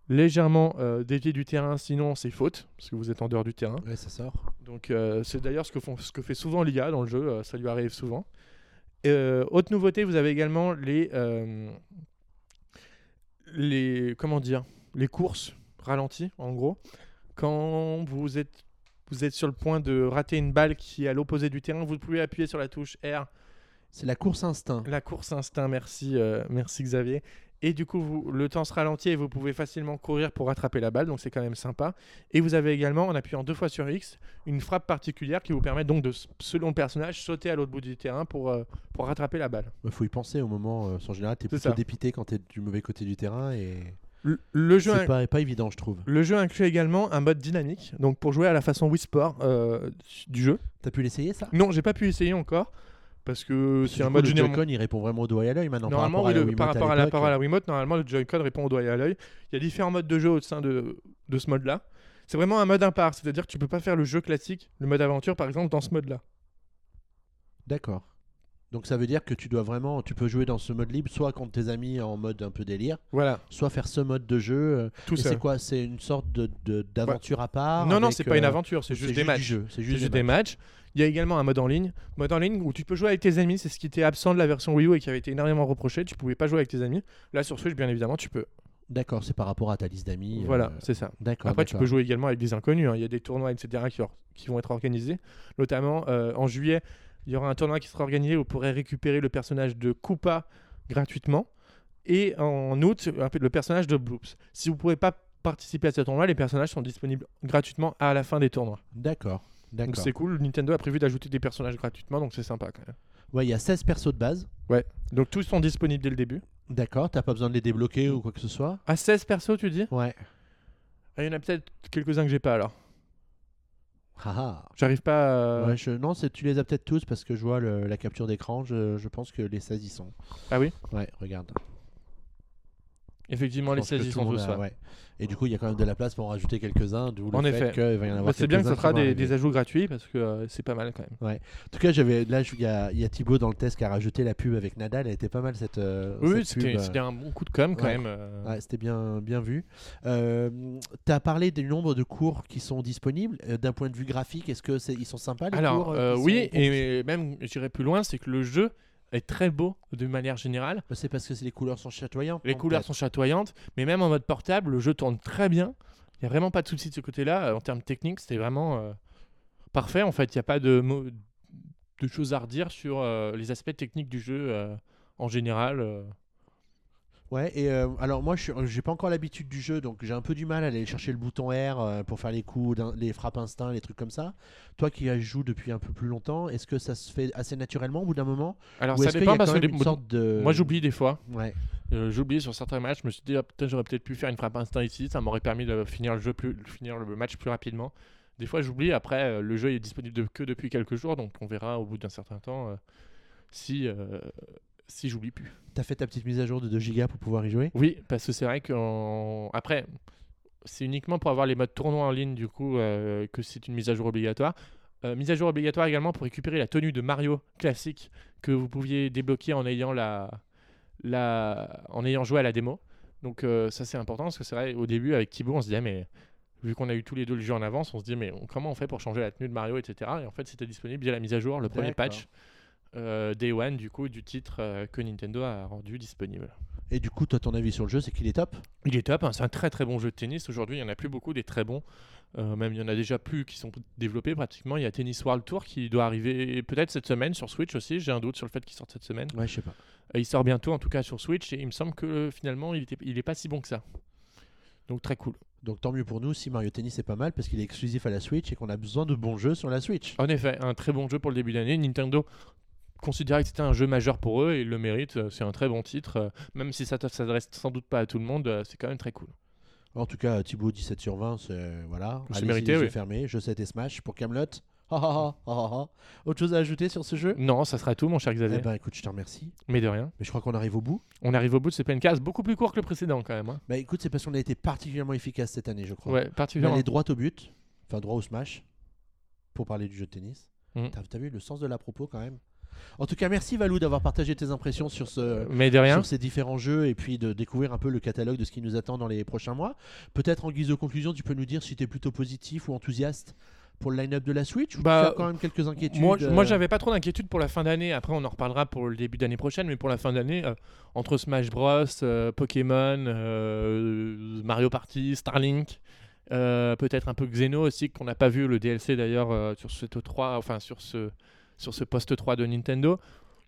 Speaker 2: légèrement euh, dévier du terrain, sinon c'est faute, parce que vous êtes en dehors du terrain.
Speaker 1: Ouais, ça sort.
Speaker 2: Donc euh, c'est d'ailleurs ce que, font, ce que fait souvent l'IA dans le jeu, euh, ça lui arrive souvent. Euh, autre nouveauté, vous avez également les, euh, les comment dire, les courses ralenties en gros. Quand vous êtes vous êtes sur le point de rater une balle qui est à l'opposé du terrain, vous pouvez appuyer sur la touche R
Speaker 1: C'est la course instinct.
Speaker 2: la course instinct, merci, euh, merci Xavier. Et du coup, vous- le temps se ralentit et vous pouvez facilement courir pour rattraper la balle, donc c'est quand même sympa. Et vous avez également, en appuyant deux fois sur X, une frappe particulière qui vous permet donc de, s- selon le personnage, sauter à l'autre bout du terrain pour, euh, pour rattraper la balle.
Speaker 1: Il faut y penser au moment. euh, en général, t'es plutôt
Speaker 2: ça.
Speaker 1: dépité quand t'es du mauvais côté du terrain et
Speaker 2: Le, le jeu,
Speaker 1: c'est pas, pas évident, je trouve.
Speaker 2: le jeu inclut également un mode dynamique, donc pour jouer à la façon Wii Sport euh, du jeu.
Speaker 1: T'as pu l'essayer ça
Speaker 2: Non, j'ai pas pu essayer encore, parce que
Speaker 1: Du
Speaker 2: c'est un
Speaker 1: coup,
Speaker 2: mode
Speaker 1: le
Speaker 2: généralement
Speaker 1: Joy-Con, il répond vraiment au doigt et à l'œil maintenant.
Speaker 2: Normalement,
Speaker 1: par rapport
Speaker 2: oui,
Speaker 1: à la
Speaker 2: le-
Speaker 1: Wiimote
Speaker 2: par rapport à la,
Speaker 1: l'époque.
Speaker 2: par la Wiimote, normalement, le Joy-Con répond au doigt et à l'œil. Il y a différents modes de jeu au sein de, de ce mode-là. C'est vraiment un mode impart, c'est-à-dire que tu peux pas faire le jeu classique, le mode aventure, par exemple, dans ce mode-là.
Speaker 1: D'accord. Donc ça veut dire que tu dois vraiment, tu peux jouer dans ce mode libre, soit contre tes amis en mode un peu délire,
Speaker 2: Voilà,
Speaker 1: soit faire ce mode de jeu. euh,
Speaker 2: tout
Speaker 1: et
Speaker 2: ça.
Speaker 1: c'est quoi C'est une sorte de- de d'aventure à part.
Speaker 2: Non, non,
Speaker 1: avec,
Speaker 2: c'est pas une
Speaker 1: euh,
Speaker 2: aventure, c'est
Speaker 1: c'est
Speaker 2: juste des
Speaker 1: du
Speaker 2: matchs.
Speaker 1: jeu, C'est
Speaker 2: C'est
Speaker 1: juste
Speaker 2: juste
Speaker 1: des
Speaker 2: des
Speaker 1: matchs.
Speaker 2: matchs. Il y a également un mode en ligne. Mode en ligne où tu peux jouer avec tes amis, c'est ce qui était absent de la version Wii U et qui avait été énormément reproché. Tu pouvais pas jouer avec tes amis. Là, sur Switch, bien évidemment, tu peux.
Speaker 1: D'accord, c'est par rapport à ta liste d'amis. euh,
Speaker 2: Voilà, c'est ça.
Speaker 1: D'accord.
Speaker 2: Après, tu
Speaker 1: d'accord.
Speaker 2: peux jouer également avec des inconnus. hein. Il y a des tournois, etc., qui, or- qui vont être organisés. Notamment, euh, en juillet, il y aura un tournoi qui sera organisé où vous pourrez récupérer le personnage de Koopa gratuitement. Et en août, un peu le personnage de Bloops. Si vous ne pouvez pas participer à ce tournoi, les personnages sont disponibles gratuitement à la fin des tournois.
Speaker 1: D'accord.
Speaker 2: Donc
Speaker 1: D'accord.
Speaker 2: c'est cool. Nintendo a prévu d'ajouter des personnages gratuitement, donc c'est sympa quand même.
Speaker 1: Ouais, il y a 16 persos de base.
Speaker 2: Donc tous sont disponibles dès le début.
Speaker 1: D'accord, t'as pas besoin de les débloquer ou quoi que ce soit.
Speaker 2: À 16 persos, tu dis
Speaker 1: Ouais.
Speaker 2: Ah, Il y en a peut-être quelques-uns que j'ai pas alors.
Speaker 1: Haha.
Speaker 2: J'arrive pas. euh,
Speaker 1: Ouais, je- Non, c'est- tu les as peut-être tous parce que je vois le- la capture d'écran. Je, je pense que les 16 y sont.
Speaker 2: Ah oui
Speaker 1: Ouais, regarde.
Speaker 2: Effectivement,
Speaker 1: Je
Speaker 2: les
Speaker 1: pense que
Speaker 2: 16 ils
Speaker 1: tout
Speaker 2: sont
Speaker 1: le monde
Speaker 2: tous.
Speaker 1: a-
Speaker 2: ouais.
Speaker 1: ouais. Et du coup, il y a quand même de la place pour en rajouter quelques-uns. D'où le
Speaker 2: En
Speaker 1: fait
Speaker 2: effet.
Speaker 1: qu'il va y en avoir
Speaker 2: Bah, c'est bien que
Speaker 1: quelques-uns
Speaker 2: ça
Speaker 1: qui
Speaker 2: sera
Speaker 1: vont
Speaker 2: des,
Speaker 1: arriver.
Speaker 2: des ajouts gratuits parce que euh, c'est pas mal quand même.
Speaker 1: En tout cas, j'avais là, je- il y a, il y a Thibaut dans le test qui a rajouté la pub avec Nadal. Elle était pas mal cette. euh,
Speaker 2: Oui,
Speaker 1: cette pub,
Speaker 2: c'était
Speaker 1: euh.
Speaker 2: c'était un bon coup de com quand
Speaker 1: Ouais.
Speaker 2: même. euh.
Speaker 1: Ouais, c'était bien, bien vu. Euh, tu as parlé du nombre de cours qui sont disponibles. Euh, D'un point de vue graphique, est-ce que c'est- ils sont sympas les
Speaker 2: Alors,
Speaker 1: cours
Speaker 2: euh,
Speaker 1: qui
Speaker 2: oui,
Speaker 1: sont-
Speaker 2: et même j'irai plus loin, c'est que le jeu est très beau de manière générale.
Speaker 1: Euh, C'est parce que c'est- les couleurs sont chatoyantes.
Speaker 2: Les
Speaker 1: non,
Speaker 2: couleurs
Speaker 1: peut-être
Speaker 2: sont chatoyantes, mais même en mode portable, le jeu tourne très bien. Il n'y a vraiment pas de souci de ce côté-là. euh, En termes techniques, c'était vraiment euh, parfait. En fait, il n'y a pas de, mo- de choses à redire sur euh, les aspects techniques du jeu euh, en général. euh.
Speaker 1: Ouais, et euh, alors moi, je suis- j'ai pas encore l'habitude du jeu, donc j'ai un peu du mal à aller chercher le bouton R euh, pour faire les coups, d'in- les frappes instinct, les trucs comme ça. Toi qui euh, joues depuis un peu plus longtemps, est-ce que ça se fait assez naturellement au bout d'un moment
Speaker 2: Alors
Speaker 1: Ou
Speaker 2: ça
Speaker 1: est-ce qu'il y
Speaker 2: dépend
Speaker 1: a
Speaker 2: parce
Speaker 1: quand
Speaker 2: que
Speaker 1: même
Speaker 2: des-
Speaker 1: une sorte de.
Speaker 2: moi j'oublie des fois.
Speaker 1: Ouais.
Speaker 2: Euh, j'ai oublié sur certains matchs, je me suis dit ah, putain j'aurais peut-être pu faire une frappe instinct ici, ça m'aurait permis de finir le jeu plus, de finir le match plus rapidement. Des fois j'oublie. Après euh, le jeu est disponible de- que depuis quelques jours, donc on verra au bout d'un certain temps euh, si euh, si j'oublie plus.
Speaker 1: T'as fait ta petite mise à jour de 2 gigas pour pouvoir y jouer
Speaker 2: Oui, parce que c'est vrai qu'après, c'est uniquement pour avoir les modes tournoi en ligne, du coup, euh, que c'est une mise à jour obligatoire. Euh, mise à jour obligatoire également pour récupérer la tenue de Mario classique que vous pouviez débloquer en ayant, la, la, en ayant joué à la démo. Donc euh, ça c'est important parce que c'est vrai au début avec Thibaut on se disait mais vu qu'on a eu tous les deux le jeu en avance on se dit mais on- comment on fait pour changer la tenue de Mario etc. Et en fait c'était disponible via la mise à jour le premier
Speaker 1: D'accord.
Speaker 2: patch euh, Day One du coup du titre euh, que Nintendo a rendu disponible.
Speaker 1: Et du coup, toi, ton avis sur le jeu, c'est qu'il est top
Speaker 2: Il est top, hein, c'est un très très bon jeu de tennis. Aujourd'hui, il n'y en a plus beaucoup des très bons. Euh, même il y en a déjà plus qui sont développés pratiquement. Il y a Tennis World Tour qui doit arriver peut-être cette semaine sur Switch aussi. J'ai un doute sur le fait qu'il sorte cette semaine.
Speaker 1: Ouais, je sais pas.
Speaker 2: Euh, il sort bientôt en tout cas sur Switch et il me semble que euh, finalement il, était, il est pas si bon que ça. Donc très cool.
Speaker 1: Donc tant mieux pour nous si Mario Tennis est pas mal parce qu'il est exclusif à la Switch et qu'on a besoin de bons jeux sur la Switch.
Speaker 2: En effet, un très bon jeu pour le début d'année. Nintendo considérait que c'était un jeu majeur pour eux et ils le mérite. Euh, C'est un très bon titre. Euh, Même si ça ne s'adresse sans doute pas à tout le monde, euh, c'est quand même très cool.
Speaker 1: En tout cas, Thibaut 17 sur 20, c'est voilà.
Speaker 2: C'est
Speaker 1: Allez-y,
Speaker 2: mérité,
Speaker 1: les yeux
Speaker 2: oui.
Speaker 1: fermés. Je sais tes Smash pour Camelot. Autre chose à ajouter sur ce jeu
Speaker 2: Non, ça sera tout mon cher Xavier.
Speaker 1: Eh ben écoute, je te remercie.
Speaker 2: Mais de rien.
Speaker 1: Mais je crois qu'on arrive au bout.
Speaker 2: On arrive au bout de ce PNCast, beaucoup plus court que le précédent quand même. hein.
Speaker 1: Bah écoute, c'est parce qu'on a été particulièrement efficace cette année, je crois.
Speaker 2: Ouais,
Speaker 1: On est
Speaker 2: particulièrement.
Speaker 1: allé droit au but, enfin droit au smash, pour parler du jeu de tennis.
Speaker 2: Mm.
Speaker 1: T'as t'as vu le sens de la propos quand même. En tout cas, merci Valou d'avoir partagé tes impressions sur ce,
Speaker 2: Euh, Mais de rien.
Speaker 1: sur ces différents jeux et puis de découvrir un peu le catalogue de ce qui nous attend dans les prochains mois. Peut-être en guise de conclusion, tu peux nous dire si tu es plutôt positif ou enthousiaste pour le line-up de la Switch ou
Speaker 2: Bah,
Speaker 1: tu as quand même quelques inquiétudes
Speaker 2: Moi,
Speaker 1: euh,
Speaker 2: moi j'avais pas trop d'inquiétude pour la fin d'année. Après, on en reparlera pour le début d'année prochaine. Mais pour la fin d'année, euh, entre Smash Bros, euh, Pokémon, euh, Mario Party, Starlink, euh, peut-être un peu Xeno aussi, qu'on n'a pas vu le DLC d'ailleurs euh, sur ce 3, enfin sur ce, sur ce poste 3 de Nintendo.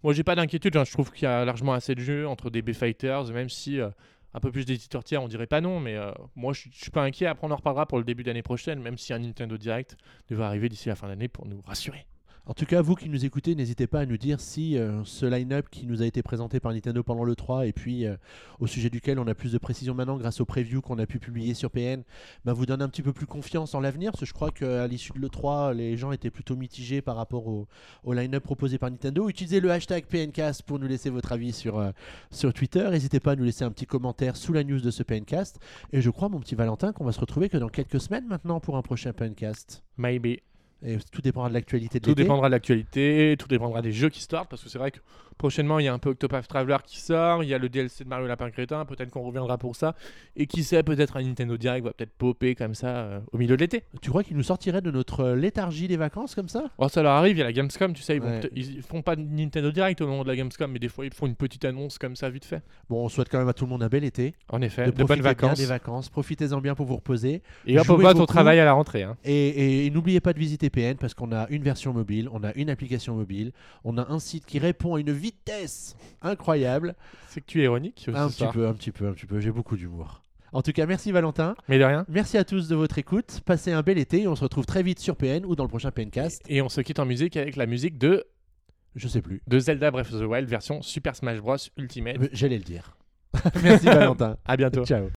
Speaker 2: Moi, j'ai pas d'inquiétude. hein. Je trouve qu'il y a largement assez de jeux entre DB Fighters, même si. euh, un peu plus des titres tiers, on dirait pas non, mais euh, moi je je suis pas inquiet. Après, on en reparlera pour le début d'année prochaine, même si un Nintendo Direct devait arriver d'ici la fin d'année pour nous rassurer.
Speaker 1: En tout cas, vous qui nous écoutez, n'hésitez pas à nous dire si euh, ce line-up qui nous a été présenté par Nintendo pendant le 3 et puis euh, au sujet duquel on a plus de précision maintenant grâce aux previews qu'on a pu publier sur PN, bah, vous donne un petit peu plus confiance en l'avenir parce que je crois qu'à l'issue de le 3, les gens étaient plutôt mitigés par rapport au, au line-up proposé par Nintendo. Utilisez le hashtag PNcast pour nous laisser votre avis sur, euh, sur Twitter. N'hésitez pas à nous laisser un petit commentaire sous la news de ce PNcast. Et je crois, mon petit Valentin, qu'on va se retrouver que dans quelques semaines maintenant pour un prochain PNcast.
Speaker 2: Maybe.
Speaker 1: Et tout dépendra de l'actualité de
Speaker 2: Tout
Speaker 1: l'été.
Speaker 2: dépendra de l'actualité, tout dépendra des jeux qui sortent, parce que c'est vrai que prochainement il y a un peu Octopath Traveler qui sort, il y a le DLC de Mario Lapin Crétin, peut-être qu'on reviendra pour ça, et qui sait, peut-être un Nintendo Direct va peut-être popper comme ça euh, au milieu de l'été.
Speaker 1: Tu crois qu'ils nous sortiraient de notre euh, léthargie des vacances comme ça
Speaker 2: Oh, ça leur arrive, il y a la Gamescom, tu sais, ils, vont
Speaker 1: Ouais.
Speaker 2: peut- ils font pas de Nintendo Direct au moment de la Gamescom, mais des fois ils font une petite annonce comme ça vite fait.
Speaker 1: Bon, on souhaite quand même à tout le monde un bel été,
Speaker 2: En effet,
Speaker 1: de,
Speaker 2: de,
Speaker 1: profiter
Speaker 2: bonnes
Speaker 1: bien
Speaker 2: vacances.
Speaker 1: des vacances, profitez-en bien pour vous reposer.
Speaker 2: Et hop, on
Speaker 1: Jouez
Speaker 2: va au
Speaker 1: beaucoup.
Speaker 2: travail à la rentrée. hein.
Speaker 1: Et, et- et n'oubliez pas de visiter PN parce qu'on a une version mobile, on a une application mobile, on a un site qui répond à une vitesse incroyable.
Speaker 2: C'est que tu es ironique.
Speaker 1: un
Speaker 2: ce
Speaker 1: petit
Speaker 2: soir.
Speaker 1: peu, un petit peu, un petit peu, j'ai beaucoup d'humour. En tout cas, merci Valentin,
Speaker 2: Mais de rien.
Speaker 1: merci à tous de votre écoute, passez un bel été et on se retrouve très vite sur PN ou dans le prochain PNcast,
Speaker 2: Et on se quitte en musique avec la musique de,
Speaker 1: je sais plus,
Speaker 2: de Zelda Breath of the Wild version Super Smash Bros Ultimate.
Speaker 1: j'allais le dire. merci Valentin,
Speaker 2: À bientôt.
Speaker 1: ciao.